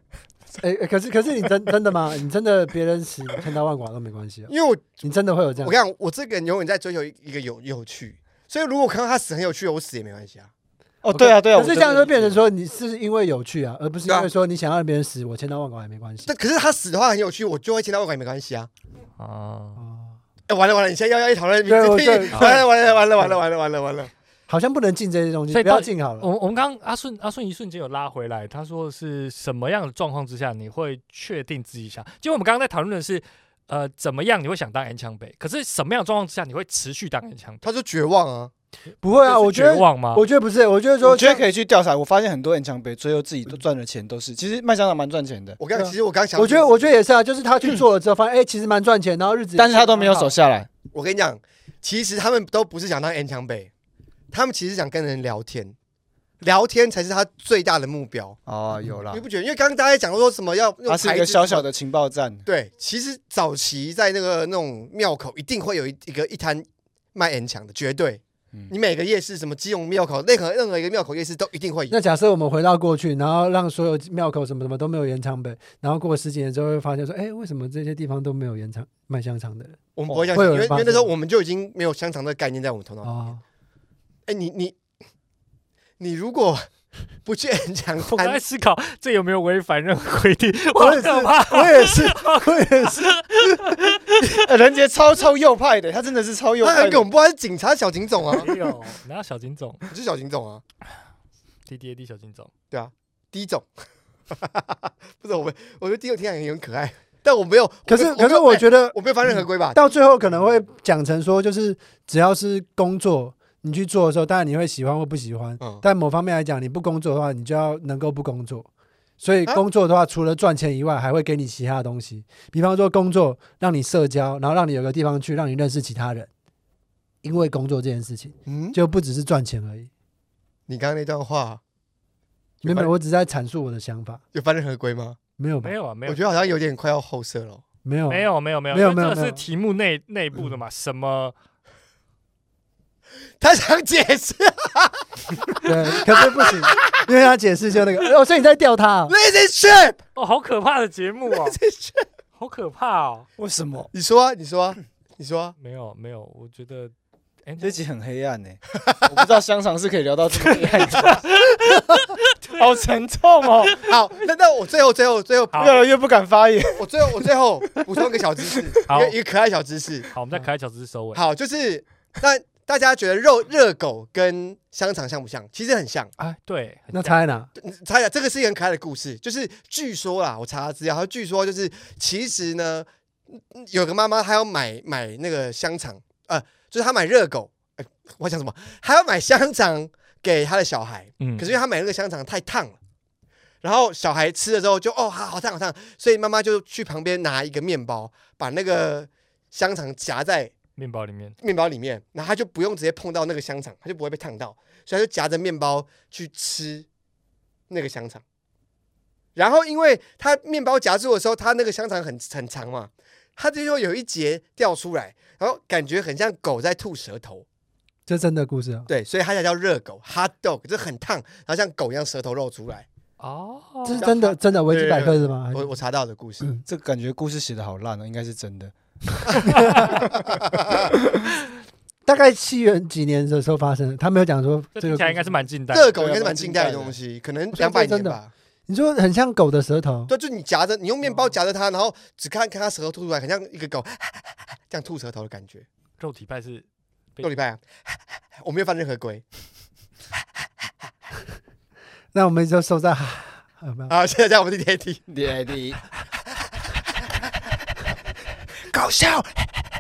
[SPEAKER 1] 哎，哎可是可是你真真的吗？你真的别人死千刀万剐都没关系啊？
[SPEAKER 3] 因为我
[SPEAKER 1] 你真的会有这样
[SPEAKER 3] 我跟你？讲，我这个人永远在追求一个有有趣，所以如果我看到他死很有趣，我死也没关系啊。
[SPEAKER 2] 哦对啊对啊，
[SPEAKER 1] 可是这样就变成说你是因为有趣啊，而不是
[SPEAKER 3] 对啊
[SPEAKER 1] 因为说你想让别人死，我千刀万剐也没关系
[SPEAKER 3] 但。可是他死的话很有趣，我就会千刀万剐也没关系啊。
[SPEAKER 4] 啊？
[SPEAKER 1] 哦，
[SPEAKER 3] 哎，完了完了，你现在要要一讨论，
[SPEAKER 1] 对我
[SPEAKER 3] 完
[SPEAKER 1] 对
[SPEAKER 3] 了完了完了完了完了完了完了，
[SPEAKER 1] 好像不能进这些东西，
[SPEAKER 4] 所以
[SPEAKER 1] 不要
[SPEAKER 4] 到底哦
[SPEAKER 1] 进好
[SPEAKER 4] 我
[SPEAKER 1] 了。
[SPEAKER 4] 们我们刚刚阿顺阿顺一瞬间有拉回来，他说是什么样的状况之下你会确定自己想？就我们刚刚在讨论的是，呃，怎么样你会想当 N 枪北？可是什么样的状况之下你会持续当 N 枪北？
[SPEAKER 3] 他说绝望啊，
[SPEAKER 1] 不会啊，
[SPEAKER 4] 这是
[SPEAKER 1] 我觉
[SPEAKER 4] 绝
[SPEAKER 1] 得
[SPEAKER 4] 望吗？
[SPEAKER 1] 我觉得不是，我觉得
[SPEAKER 2] 我
[SPEAKER 1] 说
[SPEAKER 2] 觉得可以去调查。我发现很多人强北最后自己都赚的钱都是，其实卖香肠蛮赚钱的，
[SPEAKER 3] 我刚其实我刚想，
[SPEAKER 1] 我觉得，我觉得也是啊，就是他去做了之后，发现哎、其实蛮赚钱，然后日子，
[SPEAKER 2] 但是他都没有守。下来。
[SPEAKER 3] 我跟你讲，其实他们都不是想当 N 强北，他们其实想跟人聊天，聊天才是他最大的目标。
[SPEAKER 2] 哦，有啦
[SPEAKER 3] 你，不觉得？因为刚刚大家讲说什么要用
[SPEAKER 2] 它是一
[SPEAKER 3] 牌
[SPEAKER 2] 个
[SPEAKER 3] 子
[SPEAKER 2] 小小
[SPEAKER 3] 的，
[SPEAKER 2] 的情报站。
[SPEAKER 3] 对，其实早期在那个那种庙口一定会有一一个一摊卖 N 强的，绝对。
[SPEAKER 2] 嗯
[SPEAKER 3] 你每个夜市什么基隆庙口，任何任何一个庙口夜市都一定
[SPEAKER 2] 哦
[SPEAKER 3] 会有。
[SPEAKER 1] 那假设我们回到过去，然后让所有庙口什么什么都没有延长本，然后过了十几年之后，会发现说，哎，为什么这些地方都没有延长卖香肠的人？
[SPEAKER 3] 我们不会这样
[SPEAKER 1] 会
[SPEAKER 3] 想，
[SPEAKER 1] 有
[SPEAKER 3] 因
[SPEAKER 1] 人
[SPEAKER 3] 为因
[SPEAKER 1] 发
[SPEAKER 3] 为
[SPEAKER 1] 现
[SPEAKER 3] 那时候我们就已经没有香肠的概念在我们头脑。
[SPEAKER 1] 哦，
[SPEAKER 3] 哎，你你你如果不去 N 强
[SPEAKER 4] 我在
[SPEAKER 3] 摊，
[SPEAKER 4] 思考这有没有违反任何规定，我
[SPEAKER 1] 我
[SPEAKER 4] 好
[SPEAKER 1] 也是
[SPEAKER 4] 可怕。
[SPEAKER 1] 我也是，我也是，
[SPEAKER 2] 哎 [laughs] 任杰超超右派的，他真的是超右
[SPEAKER 3] 他
[SPEAKER 2] 派
[SPEAKER 3] 很
[SPEAKER 2] 的。
[SPEAKER 3] 恐怖，他是警察小警总啊，
[SPEAKER 4] 没有，哪有小金总
[SPEAKER 3] 你是小警总啊，
[SPEAKER 4] ？D D A D 小金总，
[SPEAKER 1] 嗯
[SPEAKER 3] 第一种。 [laughs] 不是我们，我觉得第一种听起来也很可爱，但我没有。
[SPEAKER 1] 可是可是我
[SPEAKER 2] 哎
[SPEAKER 3] 得
[SPEAKER 1] 觉得嗯
[SPEAKER 3] 我没有犯任何规吧？
[SPEAKER 1] 啊到最后可能会讲成说，就是只要是工作，你去做的时候，当然你会喜欢或不喜欢，
[SPEAKER 3] 嗯
[SPEAKER 1] 但某方面来讲，你不工作的话，你就要能够不工作。所以
[SPEAKER 3] 啊
[SPEAKER 1] 工作的话，除了赚钱以外，还会给你其他的东西，比方说工作让你社交，然后让你有个地方去，让你认识其他人。因为工作这件事情，
[SPEAKER 3] 嗯，
[SPEAKER 1] 就不只是赚钱而已。
[SPEAKER 3] 你刚刚那段话
[SPEAKER 1] 没有，没
[SPEAKER 3] 办
[SPEAKER 1] 有，我只是在阐述我的想法，
[SPEAKER 3] 有犯任何规吗？
[SPEAKER 1] 没有吧
[SPEAKER 4] 没？有啊，没
[SPEAKER 3] 我
[SPEAKER 4] 有，
[SPEAKER 3] 觉得好像有点快要后射了。
[SPEAKER 1] 没有，
[SPEAKER 4] 没，有，没有，没有，
[SPEAKER 1] 没有
[SPEAKER 4] 因
[SPEAKER 1] 没
[SPEAKER 4] 为
[SPEAKER 1] 有
[SPEAKER 4] 这个
[SPEAKER 1] 没
[SPEAKER 4] 是
[SPEAKER 1] 有
[SPEAKER 4] 题目内内部的嘛，什么？
[SPEAKER 3] 他想解释，
[SPEAKER 1] 对，可是不行，因为他解释就那个，哦，所以你在钓他啊、
[SPEAKER 3] This is shit，
[SPEAKER 4] 哦，好可怕的节目
[SPEAKER 1] [laughs]
[SPEAKER 4] 哦，
[SPEAKER 3] 这是
[SPEAKER 4] 好可怕哦。
[SPEAKER 2] 为什么？
[SPEAKER 3] 你说啊，你说啊，你说啊，
[SPEAKER 4] 没有，没有，我觉得，哎，
[SPEAKER 2] 这集很黑暗呢、我不知道香肠是可以聊到这么黑暗的，好沉重哦，
[SPEAKER 3] 好，那那我最后最后最后，
[SPEAKER 2] [laughs]
[SPEAKER 4] 好
[SPEAKER 2] 越来越不敢发言。
[SPEAKER 3] 我最后我最后补充一个小知识，
[SPEAKER 4] 好
[SPEAKER 3] 一个一个可爱小知识。
[SPEAKER 4] 好，我们在可爱小知识收尾。
[SPEAKER 3] 好，就是那大家觉得肉热狗跟香肠像不像？其实很像。
[SPEAKER 4] 哎，对，很
[SPEAKER 1] 那
[SPEAKER 4] 像
[SPEAKER 1] 猜哪？
[SPEAKER 3] 猜猜，这个是一个很可爱的故事，就是据说啦，我查资料，它据说就是其实呢，嗯有个妈妈她要买买那个香肠，呃，就是她买热狗，呃，我想什么？她要买香肠给她的小孩，
[SPEAKER 4] 嗯
[SPEAKER 3] 可是因为她买那个香肠太烫了，然后小孩吃了之后就哦，好好烫好烫，所以妈妈就去旁边拿一个面包，把那个香肠夹在
[SPEAKER 4] 面包里面，
[SPEAKER 3] 面包里面，然后他就不用直接碰到那个香肠，他就不会被烫到，所以他就夹着面包去吃那个香肠。然后因为他面包夹住的时候，他那个香肠很很长嘛，他最后有一节掉出来，然后感觉很像狗在吐舌头，
[SPEAKER 1] 这真的故事啊，
[SPEAKER 3] 对，所以它才叫热狗 （hot dog），这很烫，然后像狗一样舌头露出来。
[SPEAKER 4] 哦，
[SPEAKER 1] 这是真的，真的维基百科是吗？
[SPEAKER 3] 我我查到的故
[SPEAKER 1] 嗯
[SPEAKER 3] 事，
[SPEAKER 2] 这感觉故事写的好烂哦，应该是真的。
[SPEAKER 1] 大概七元几年的时候发生的，他没有讲说
[SPEAKER 4] 这
[SPEAKER 1] 这
[SPEAKER 4] 听
[SPEAKER 1] 个
[SPEAKER 4] 起来应该是蛮近
[SPEAKER 1] 嗯
[SPEAKER 4] 代的。
[SPEAKER 3] 热狗应该是蛮近代的
[SPEAKER 2] 对啊蛮近代的
[SPEAKER 3] 东西，可能
[SPEAKER 1] 我觉得
[SPEAKER 3] 两百
[SPEAKER 1] 这真
[SPEAKER 3] 年
[SPEAKER 1] 的
[SPEAKER 3] 吧。
[SPEAKER 1] 你说很像狗的舌头，
[SPEAKER 3] 对，就你夹着，你用面包夹着它，然后只看看它舌头吐出来，很像一个狗这样吐舌头的感觉。
[SPEAKER 4] 肉体派是
[SPEAKER 3] 六礼拜啊，我没有犯任何规
[SPEAKER 1] 那我们就收在 [sighs] 有没有？
[SPEAKER 3] 啊！现在在我们第 T A T，
[SPEAKER 2] D I D，
[SPEAKER 3] 搞笑，